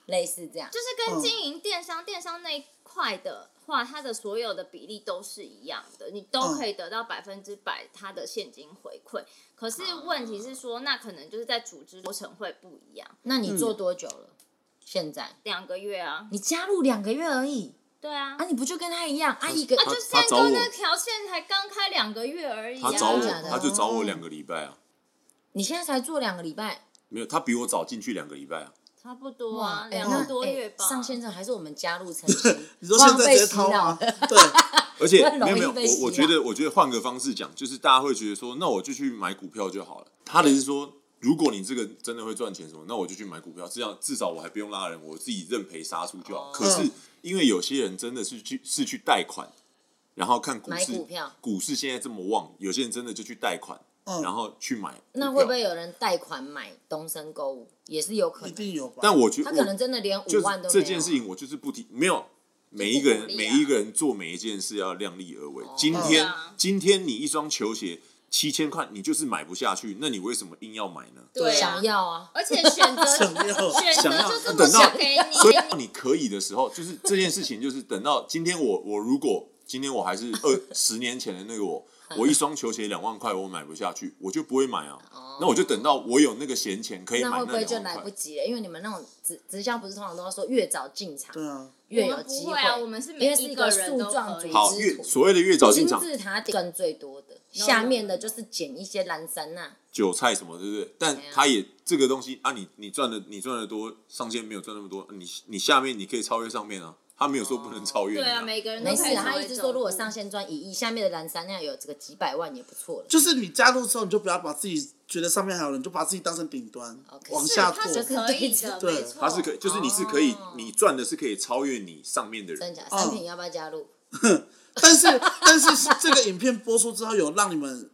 Speaker 4: 类似这样。
Speaker 5: 就是
Speaker 3: 嗯
Speaker 5: 跟经营电商、电商那一块的话，它的所有的比例都是一样的，你都
Speaker 3: 嗯
Speaker 5: 可以得到百分之百它的现金回馈。可是
Speaker 3: 啊
Speaker 5: 问题是说，那可能就是在组织流程会不一样，
Speaker 4: 那你做多久了？现在
Speaker 5: 两个月啊，
Speaker 4: 你加入两个月而已，
Speaker 5: 对啊
Speaker 4: 啊，。你不就跟他一样啊？一个
Speaker 5: 啊，
Speaker 2: 他
Speaker 5: 就是
Speaker 2: 他
Speaker 5: 现在
Speaker 2: 找
Speaker 5: 跟
Speaker 2: 我
Speaker 5: 那个条线才刚开两个月而已啊！
Speaker 2: 他找我
Speaker 4: 真的假，的
Speaker 2: 他就找
Speaker 5: 哦
Speaker 2: 我两个礼拜啊，
Speaker 4: 你现在才做两个礼拜，
Speaker 2: 没有，他比我早进去两个礼拜啊。
Speaker 5: 差不多啊，
Speaker 4: 哎
Speaker 5: 两
Speaker 4: 那
Speaker 5: 个多月吧。
Speaker 4: 哎上线之后还是我们加入
Speaker 2: [LAUGHS]
Speaker 4: 晨曦，
Speaker 3: 你说现在直接
Speaker 4: 不
Speaker 3: 掏
Speaker 4: 然
Speaker 3: 吗
Speaker 4: 被洗脑？
Speaker 3: 对，
Speaker 2: 而且
Speaker 4: 我很容
Speaker 2: 没
Speaker 4: 易
Speaker 2: 有没有，
Speaker 4: 被洗
Speaker 2: 我我
Speaker 4: 脑
Speaker 2: 觉得我觉得换个方式讲，就是大家会觉得说，那我就去买股票就好了。他的是说，如果你这个真的会赚钱什么，那我就去买股票，这样至少我还不用拉人，我自己认赔杀出就好。可
Speaker 4: 哦
Speaker 2: 是因为有些人真的是去是去贷款，然后看股
Speaker 4: 买
Speaker 2: 市，
Speaker 4: 股票
Speaker 2: 股市现在这么旺，有些人真的就去贷款，
Speaker 3: 嗯
Speaker 2: 然后去买。
Speaker 4: 那会不？会有人贷款买东升购物？也是有可
Speaker 3: 一
Speaker 4: 能，
Speaker 3: 定有吧？
Speaker 2: 但我觉
Speaker 4: 他
Speaker 2: 得
Speaker 4: 可能真的连
Speaker 2: 就
Speaker 4: 五
Speaker 2: 是
Speaker 4: 万都没有。啊
Speaker 2: 这件事情，我就是不提，没有每一个人、
Speaker 5: 就不鼓励
Speaker 2: 每
Speaker 5: 啊
Speaker 2: 一个人做每一件事要量力而为。
Speaker 4: 哦
Speaker 2: 今天、
Speaker 5: 对啊
Speaker 2: 今天你一双球鞋七千块，你就是买不下去，那你为什么硬要买呢？
Speaker 5: 对啊
Speaker 4: 想要啊，
Speaker 5: 而且选择
Speaker 3: 想要
Speaker 5: 选
Speaker 2: 想要
Speaker 5: 择就这么
Speaker 2: 等到
Speaker 5: 想给
Speaker 4: [LAUGHS]
Speaker 5: 你，
Speaker 2: 所以你可以的时候，就是这件事情，就是等到今天我我如果今天我还是二十年前的那个我，我一双球鞋两万块我买不下去，我就不会买啊。那我就等到我有那个闲钱可以
Speaker 4: 哦那
Speaker 2: 买
Speaker 4: 会不会就
Speaker 2: 两
Speaker 4: 来
Speaker 2: 万块。
Speaker 4: 不及了？因为你们那种直直销不是通常都要说越早进场
Speaker 3: 对啊，
Speaker 4: 越
Speaker 5: 我
Speaker 4: 有
Speaker 5: 们不
Speaker 4: 机
Speaker 5: 会啊我们是每
Speaker 4: 因为是一
Speaker 5: 一
Speaker 4: 个
Speaker 5: 个人
Speaker 4: 树
Speaker 5: 都
Speaker 4: 状
Speaker 5: 可以
Speaker 4: 组
Speaker 2: 好，
Speaker 4: 织
Speaker 2: 越
Speaker 4: 图，
Speaker 2: 所谓的越早进
Speaker 4: 金
Speaker 2: 场，
Speaker 4: 字塔顶赚最多的，下面的就是捡一些蓝山啊呐。
Speaker 2: 韭菜什么，对不对？但
Speaker 4: 对啊
Speaker 2: 他也这个东西啊，你你赚的你赚的多，上线没有赚那么多，你你下面你可以超越上面啊，他没有说不能超越你、
Speaker 5: 对啊，每个人都
Speaker 4: 没
Speaker 5: 可以
Speaker 4: 事
Speaker 5: 成为
Speaker 4: 哦啊，他一直说如果
Speaker 5: 总部
Speaker 4: 上线赚一亿，下面的蓝山那有这个几百万也不错了。
Speaker 3: 就是你加入之后，你就不要把自己觉得上面还有人，你就把自己当成顶端
Speaker 4: OK
Speaker 3: 往
Speaker 5: 是
Speaker 3: 下
Speaker 5: 它
Speaker 3: 做。
Speaker 5: 是可以的，
Speaker 3: 对
Speaker 5: 没错，
Speaker 2: 他是可以，就是你是可以，你赚的是可以超越你上面的
Speaker 4: 哦真
Speaker 2: 人。
Speaker 4: 假？三品要不要加入？
Speaker 3: 但是但是这个影片播出之后，有让你们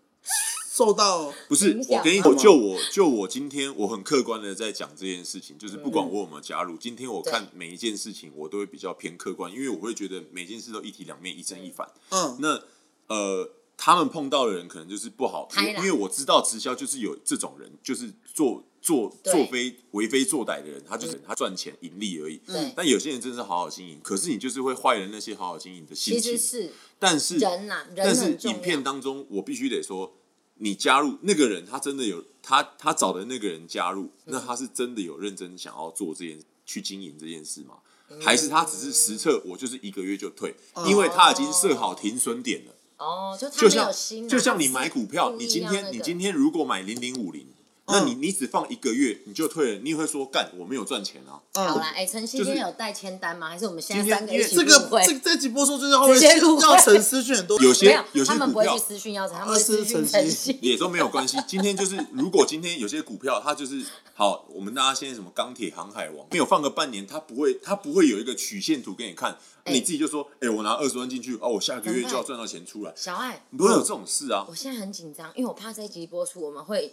Speaker 3: 受到
Speaker 2: 不是
Speaker 4: 影，响
Speaker 2: 我跟你
Speaker 3: 吗
Speaker 2: 我就我就我今天我很客观的在讲这件事情，就是不管我有没有加入，今天我看
Speaker 4: 嗯对
Speaker 2: 每一件事情我都会比较偏客观，因为我会觉得每件事都一体两面，一正一反。
Speaker 3: 嗯
Speaker 2: 那呃，他们碰到的人可能就是不好，因
Speaker 4: 开
Speaker 2: 为
Speaker 4: 朗
Speaker 2: 因为我知道直销就是有这种人，就是做做
Speaker 4: 对嗯
Speaker 2: 做非为非作歹的人，他就是他赚钱盈利而已。
Speaker 4: 对
Speaker 2: 但有些人真的是好好经营，可是你就是会坏了那些好好经营的心
Speaker 4: 其
Speaker 2: 情。
Speaker 4: 实是
Speaker 2: 但是
Speaker 4: 人呐
Speaker 2: 嗯
Speaker 4: 人
Speaker 2: 但是
Speaker 4: 很重要
Speaker 2: 影片当中，我必须得说，你加入那个人，他真的有他他找的那个人加入，
Speaker 4: 嗯
Speaker 2: 那他是真的有认真想要做这件去经营这件事吗？
Speaker 4: 嗯
Speaker 2: 还是他只是实测，我就是一个月就退，
Speaker 4: 哦
Speaker 2: 因为他已经设好停损点了。
Speaker 4: 哦，就他
Speaker 2: 就
Speaker 4: 没
Speaker 2: 像
Speaker 4: 有心啊，
Speaker 2: 就像你
Speaker 4: 他
Speaker 2: 买股票，
Speaker 4: 故意
Speaker 2: 你今
Speaker 4: 要那
Speaker 2: 天
Speaker 4: 个嗯
Speaker 2: 你今天如果买零零五零，那你你只放一个月你就退了，你也会说干我没有赚钱啊。
Speaker 4: 好啦
Speaker 3: 嗯，，
Speaker 4: 哎、陈曦
Speaker 2: 就
Speaker 4: 今
Speaker 2: 是
Speaker 4: 天有带签单吗？还是我们现
Speaker 2: 今
Speaker 4: 在
Speaker 2: 天
Speaker 4: 三个
Speaker 2: 因
Speaker 4: 一
Speaker 2: 为
Speaker 4: 起
Speaker 3: 这个
Speaker 4: 入会
Speaker 3: 这这集播出之后，会
Speaker 4: 直接入会
Speaker 3: 要陈思讯很多，
Speaker 2: 有
Speaker 4: 没
Speaker 2: 些有
Speaker 4: 有， [LAUGHS] 他
Speaker 2: 些
Speaker 4: 们
Speaker 2: 股
Speaker 4: 不会
Speaker 2: 票
Speaker 4: 去私讯要陈，他们会私
Speaker 3: 二
Speaker 4: 讯
Speaker 3: 四陈
Speaker 4: 陈
Speaker 3: 曦
Speaker 4: 曦。
Speaker 2: 也都没有关系。今天就是，如果今天有些股票它就是好，我们大家现在什么钢铁、航海王，没有放个半年，它不会，它不会有一个曲线图给你看，
Speaker 4: 哎
Speaker 2: 你自己就说，哎、我拿二十万进去，哦，我下个月
Speaker 4: 怎么办
Speaker 2: 就要赚到钱出来，
Speaker 4: 小爱，
Speaker 2: 不会有这种事啊
Speaker 4: 我。哦现在很紧张，因为我怕这一集播出我们会。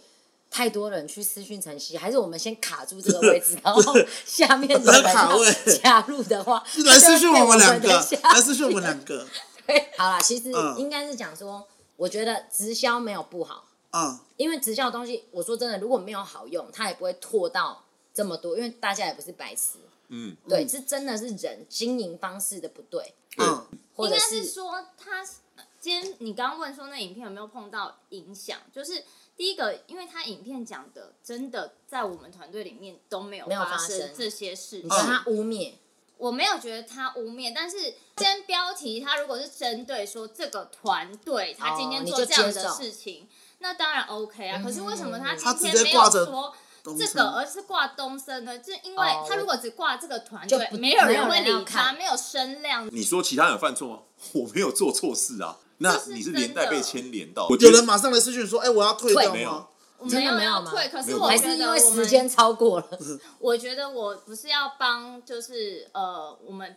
Speaker 4: 太多人去私讯晨曦，还是我们先卡住这个位
Speaker 3: [LAUGHS]
Speaker 4: 置，然后下面的人
Speaker 3: 卡位
Speaker 4: 要 [LAUGHS] 加入的话，
Speaker 3: 来私讯我们两
Speaker 4: [LAUGHS] 就会被
Speaker 3: 个
Speaker 4: 们的下，
Speaker 3: 来私讯我们两个，
Speaker 4: 好啦，其实
Speaker 3: 嗯
Speaker 4: 应该是讲说，我觉得直销没有不好，
Speaker 3: 嗯
Speaker 4: 因为直销的东西，我说真的，如果没有好用，它也不会拓到这么多，因为大家也不是白痴，
Speaker 2: 嗯，
Speaker 4: 对，是真的是人经营方式的不对，
Speaker 2: 对，
Speaker 3: 嗯，
Speaker 4: 或
Speaker 5: 应
Speaker 4: 者
Speaker 5: 该是说他今天你刚刚问说那影片有没有碰到影响，就是第一个，因为他影片讲的真的在我们团队里面都没有
Speaker 4: 没有发
Speaker 5: 生
Speaker 4: 生
Speaker 5: 这些事
Speaker 4: 你
Speaker 5: 情，
Speaker 4: 觉得他污蔑，
Speaker 5: 我没有觉得他污蔑，但是今天标题他如果是针对说这个团队，他今天
Speaker 4: 你
Speaker 5: 做
Speaker 4: 就
Speaker 5: 这样
Speaker 4: 接
Speaker 5: 的
Speaker 4: 受
Speaker 5: 事情，那当然 OK 啊。可是为什么他
Speaker 3: 他
Speaker 5: 今
Speaker 3: 直接
Speaker 5: 天没
Speaker 3: 挂
Speaker 5: 有
Speaker 3: 着
Speaker 5: 说？
Speaker 3: 懂
Speaker 5: 这
Speaker 3: 成
Speaker 5: 个，呃而是挂东升呢？就因为
Speaker 4: 哦
Speaker 5: 他如果只挂这个团
Speaker 4: 就
Speaker 5: 队，
Speaker 4: 不
Speaker 5: 没有
Speaker 4: 没有
Speaker 5: 人会
Speaker 4: 人要
Speaker 5: 理他，
Speaker 4: 看
Speaker 5: 没有声量，
Speaker 2: 你说其他人有犯错吗？ [LAUGHS] 我没有做错事啊，那你是连带被牵连到，我觉
Speaker 3: 有
Speaker 2: 得
Speaker 3: 人马上来私讯说，哎，我要退掉
Speaker 2: 没
Speaker 3: 吗
Speaker 2: 有？
Speaker 5: 我
Speaker 4: 真
Speaker 5: 没
Speaker 4: 的
Speaker 5: 有
Speaker 4: 没有
Speaker 5: 要
Speaker 4: 吗
Speaker 5: 退。可
Speaker 2: 没
Speaker 5: 是
Speaker 2: 有
Speaker 5: 我
Speaker 2: 吗
Speaker 4: 还
Speaker 5: 觉
Speaker 4: 是因为
Speaker 5: 得我
Speaker 4: 时
Speaker 5: 们嗯
Speaker 4: 间超过了，嗯
Speaker 5: 我觉得我不是要帮，就是呃，我们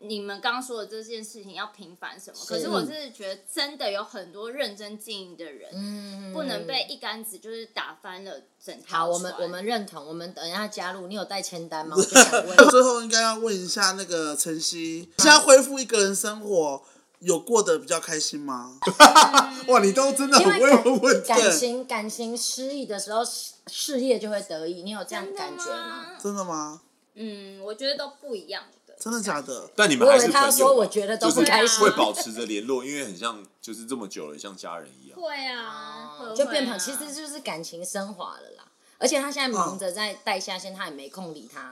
Speaker 5: 你们刚刚说的这件事情要平反什么，
Speaker 4: 是
Speaker 5: 可是我是觉得真的有很多认真经营的人，
Speaker 4: 嗯，
Speaker 5: 不能被一竿子就是打翻了整条
Speaker 4: 好，我们
Speaker 5: 船
Speaker 4: 我们认同，我们等一下加入，你有带签单吗？我就想问，
Speaker 3: 最后应该要问一下那个晨曦，现在恢复一个人生活，有过得比较开心吗？
Speaker 2: [LAUGHS] 哇，你都真的
Speaker 4: 因
Speaker 2: 很会
Speaker 4: 为
Speaker 2: 问问
Speaker 4: 感
Speaker 2: 题。
Speaker 4: 感情感情失意的时候，事事业就会得意，你有这样
Speaker 5: 真的
Speaker 4: 感觉吗？
Speaker 5: 吗？
Speaker 3: 真的吗？
Speaker 5: 嗯，我觉得都不一样的。
Speaker 3: 真的假的？
Speaker 2: 但你们
Speaker 4: 我以
Speaker 2: 还
Speaker 4: 为
Speaker 2: 是
Speaker 4: 他要
Speaker 2: 朋友
Speaker 4: 说，
Speaker 2: 啊，
Speaker 4: 我觉得都
Speaker 2: 就是
Speaker 4: 不开心
Speaker 2: 会，保持着联络，因为很像就是这么久了，像家人一样。
Speaker 5: 会啊，会
Speaker 4: 哦就变
Speaker 5: 会
Speaker 4: 朋，
Speaker 5: 啊
Speaker 4: 其实就是感情升华了啦。而且他现在忙着在带下线，他也没空理他，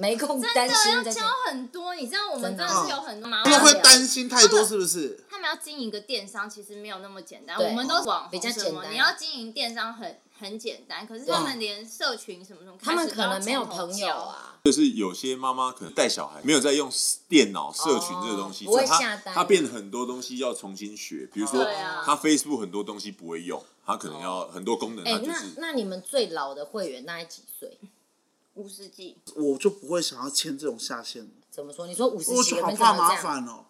Speaker 4: 没空
Speaker 5: 真
Speaker 4: 担
Speaker 5: 的
Speaker 4: 心
Speaker 5: 要
Speaker 4: 这些
Speaker 5: 教。很多，你知道我
Speaker 4: 真
Speaker 5: 们
Speaker 4: 的
Speaker 5: 真的是有很多嘛，
Speaker 3: 他们
Speaker 5: 然后
Speaker 3: 会担心太多，是不是？
Speaker 5: 他们要经营一个电商，其实没有那么简单。
Speaker 4: 对
Speaker 5: 我们都是网红
Speaker 4: 比较
Speaker 5: 什
Speaker 4: 简
Speaker 5: 么
Speaker 4: 单
Speaker 5: 你要经营电商很很简单，可是他们连社群什么什么，
Speaker 4: 他们可能没有
Speaker 5: 开
Speaker 4: 朋
Speaker 5: 始都要从头
Speaker 4: 友
Speaker 5: 教。
Speaker 4: 啊，
Speaker 2: 就是有些妈妈可能带小孩没有在用电脑社群这个东西，
Speaker 4: 哦不会
Speaker 2: 所以
Speaker 4: 下
Speaker 2: 她
Speaker 4: 单
Speaker 2: 她变得很多东西要重新学，比如说
Speaker 5: 对啊
Speaker 2: 她 Facebook 很多东西不会用，她可能要很多功能，
Speaker 4: 哎、
Speaker 2: 她就
Speaker 4: 那
Speaker 2: 是
Speaker 4: 那你们最老的会员大概几岁？
Speaker 5: 五十几，
Speaker 3: 我就不会想要签这种下线，
Speaker 4: 怎么说？你说五十
Speaker 3: 我
Speaker 4: 几
Speaker 3: 就
Speaker 4: 个
Speaker 3: 好
Speaker 4: 人
Speaker 3: 怕
Speaker 4: 怎么
Speaker 3: 麻
Speaker 4: 这 [LAUGHS] 样？
Speaker 3: 烦哦。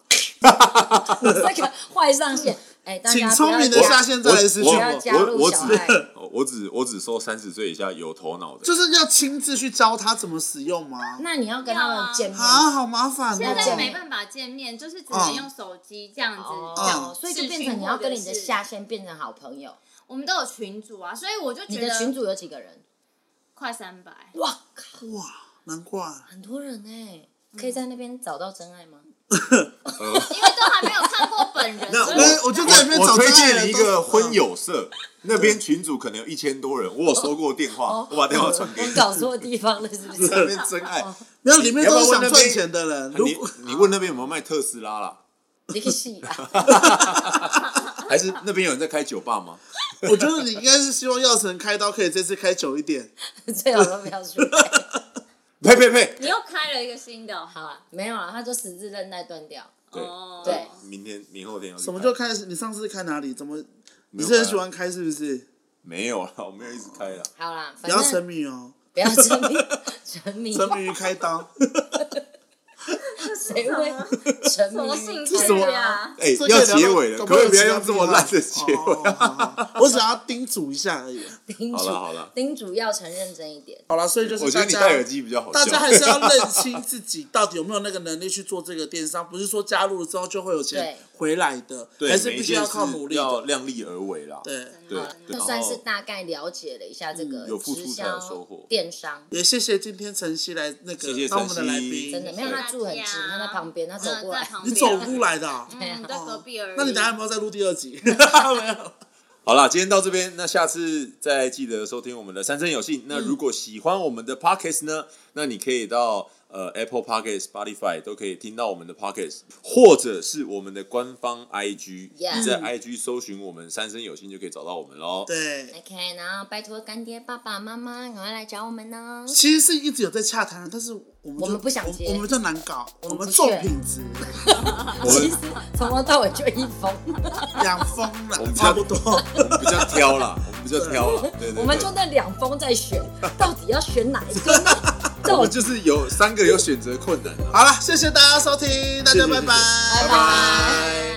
Speaker 4: 这个坏上线，哎、大
Speaker 3: 请
Speaker 4: 家不
Speaker 3: 聪
Speaker 4: 要
Speaker 3: 明的
Speaker 4: 加
Speaker 3: 下线再来私讯
Speaker 2: 我
Speaker 4: 不要
Speaker 3: 我，
Speaker 4: 加入
Speaker 2: 我我
Speaker 4: 小
Speaker 2: 只
Speaker 4: 爱。
Speaker 2: [LAUGHS] 我只我只收三十岁以下有头脑的，
Speaker 3: 就是要亲自去教他怎么使用吗？
Speaker 4: 那你要跟他们见面
Speaker 3: 啊，好麻烦
Speaker 5: 现在
Speaker 4: 见
Speaker 5: 没
Speaker 4: 面
Speaker 3: 哦。
Speaker 5: 办法见面，就是
Speaker 3: 嗯
Speaker 5: 只能用手机这样子讲、
Speaker 4: 哦，所以就变成你要跟你的下，线变成好朋友。
Speaker 5: 我们都有群主啊，所以我就
Speaker 4: 你
Speaker 5: 觉
Speaker 4: 的
Speaker 5: 得
Speaker 4: 群主有几个人？
Speaker 5: 快三百，
Speaker 4: 哇靠，
Speaker 3: 哇，难怪
Speaker 4: 很多人哎、可以在那边找到真爱吗？
Speaker 5: 因为都还没有看过本
Speaker 3: [LAUGHS]
Speaker 5: 人，
Speaker 2: 那
Speaker 5: 所以
Speaker 3: 我我就在里面
Speaker 2: 我
Speaker 3: 找
Speaker 2: 推
Speaker 3: 真爱
Speaker 2: 荐
Speaker 3: 了
Speaker 2: 你一个
Speaker 3: 嗯
Speaker 2: 婚友社，那边群主可能有一千多人，我有收过电
Speaker 4: 哦
Speaker 2: 话，我把电话传给你
Speaker 4: 我，搞错地方了，是不 [LAUGHS]
Speaker 2: 那
Speaker 4: 是？
Speaker 2: 边真爱。
Speaker 3: 没有里面都是
Speaker 2: 你要
Speaker 3: 想
Speaker 2: 不要问那边啊
Speaker 3: 赚钱的人。如
Speaker 2: 你
Speaker 3: 果
Speaker 2: 你问那边有没有卖特斯拉啦？
Speaker 4: 这个戏啊，
Speaker 3: 啊
Speaker 2: 还是那边有人在开酒吧吗？
Speaker 3: 我觉得你应该是希望药神开刀可以这次开久一点。
Speaker 4: 最好都不要说。
Speaker 2: 呸呸呸！
Speaker 5: 你又开了一个新的哦，
Speaker 4: 好啊，没有啊，他就十字韧带断掉。
Speaker 2: 对
Speaker 5: 哦
Speaker 4: 对
Speaker 2: 明天明后天要去
Speaker 3: 什么
Speaker 2: 开
Speaker 3: 就开始？你上次开哪里？怎么？你
Speaker 2: 有
Speaker 3: 是很
Speaker 2: 开
Speaker 3: 喜欢开是不是？
Speaker 2: 没有了，我没有一直开啊了。
Speaker 4: 好啦，
Speaker 3: 不
Speaker 4: 反
Speaker 3: 要沉
Speaker 4: 正
Speaker 3: 迷哦，
Speaker 4: 不要沉迷，沉迷
Speaker 3: 沉迷于开刀。
Speaker 4: 谁会沉
Speaker 5: 什么
Speaker 4: 迷
Speaker 5: 兴
Speaker 4: 于？
Speaker 5: 趣
Speaker 3: 什么
Speaker 5: 啊？
Speaker 2: 哎、
Speaker 3: 所以
Speaker 2: 要
Speaker 3: 可以聊
Speaker 2: 结
Speaker 3: 到
Speaker 2: 尾了，
Speaker 3: 搞
Speaker 2: 可
Speaker 3: 不
Speaker 2: 不
Speaker 3: 好
Speaker 2: 可以不要
Speaker 3: 有其他
Speaker 2: 用这么
Speaker 3: 地方
Speaker 2: 烂的结尾？啊
Speaker 3: 哦好好好我只要叮嘱一下而已。啊
Speaker 4: 叮
Speaker 2: 好
Speaker 4: 嘱
Speaker 2: 了好了
Speaker 4: 叮嘱要承认真一点。
Speaker 3: 好了，所以就是
Speaker 2: 我觉
Speaker 3: 大
Speaker 2: 得你
Speaker 3: 家
Speaker 2: 戴耳机比较好笑
Speaker 3: 大。家还
Speaker 2: [LAUGHS]
Speaker 3: 是要认清自己到底有没有那个能力去做这个电商，不是说加入了之后就会有钱
Speaker 4: 对
Speaker 3: 回来的，
Speaker 2: 对，
Speaker 3: 还是
Speaker 2: 每
Speaker 3: 必
Speaker 2: 一
Speaker 3: 须
Speaker 2: 件
Speaker 3: 要
Speaker 2: 事
Speaker 3: 靠努力
Speaker 2: 要
Speaker 3: 的。
Speaker 2: 量力而为啦。
Speaker 3: 对，
Speaker 2: 对
Speaker 4: 好，
Speaker 2: 对
Speaker 4: 就
Speaker 2: 然
Speaker 4: 算是
Speaker 2: 后嗯
Speaker 4: 大概了解了一下这个
Speaker 2: 有付
Speaker 4: 直
Speaker 2: 出才有
Speaker 4: 销
Speaker 2: 收获
Speaker 4: 电商，
Speaker 3: 也谢谢今天晨曦来那
Speaker 2: 谢谢
Speaker 3: 个当我们的来
Speaker 2: 晨曦
Speaker 3: 宾
Speaker 4: 真的，没有
Speaker 2: 对
Speaker 4: 他住很近，他在旁边，他走过来
Speaker 5: 嗯在。旁
Speaker 3: 你
Speaker 5: 边
Speaker 3: 走过来的啊、
Speaker 5: 嗯，在隔壁而已。
Speaker 3: 那你等下有没有再录第二
Speaker 4: [LAUGHS]
Speaker 3: 集？
Speaker 2: 好啦，今天到这边，那下次再记得收听我们的三生有幸。那如果喜欢我们的 podcast 呢，那你可以到呃 Apple Pocket、Spotify 都可以听到我们的 Pocket，或者是我们的官方 IG，
Speaker 4: Yeah
Speaker 2: 你在 IG 搜寻我们三生有幸就可以找到我们喽。
Speaker 3: 对，
Speaker 4: OK，然后拜托干爹爸爸妈妈赶快来找我们哦。
Speaker 3: 其实是一直有在洽谈，但是我们就
Speaker 4: 我们不想接
Speaker 3: 我们就难搞，我
Speaker 4: 们不
Speaker 3: 们
Speaker 4: 屑
Speaker 3: 重品质，
Speaker 2: 我
Speaker 4: 其
Speaker 2: 们
Speaker 4: 实从头到尾就一
Speaker 5: [LAUGHS]
Speaker 4: 封，
Speaker 3: 养疯
Speaker 2: 我
Speaker 3: 了，
Speaker 2: 们比较
Speaker 3: 差不多。
Speaker 2: 我们比较挑啦，我们比较挑
Speaker 4: [LAUGHS]
Speaker 2: 啦，对对对
Speaker 4: 我们就那两封在选，到底要选哪一个
Speaker 5: [LAUGHS]
Speaker 4: 呢？这
Speaker 2: 我
Speaker 4: 我
Speaker 2: 们就是有三个有选择困难啊。
Speaker 3: 好了，谢谢大家收听，大
Speaker 2: 谢
Speaker 3: 家
Speaker 2: 谢
Speaker 3: 拜
Speaker 2: 谢谢拜
Speaker 3: 拜，
Speaker 2: 拜。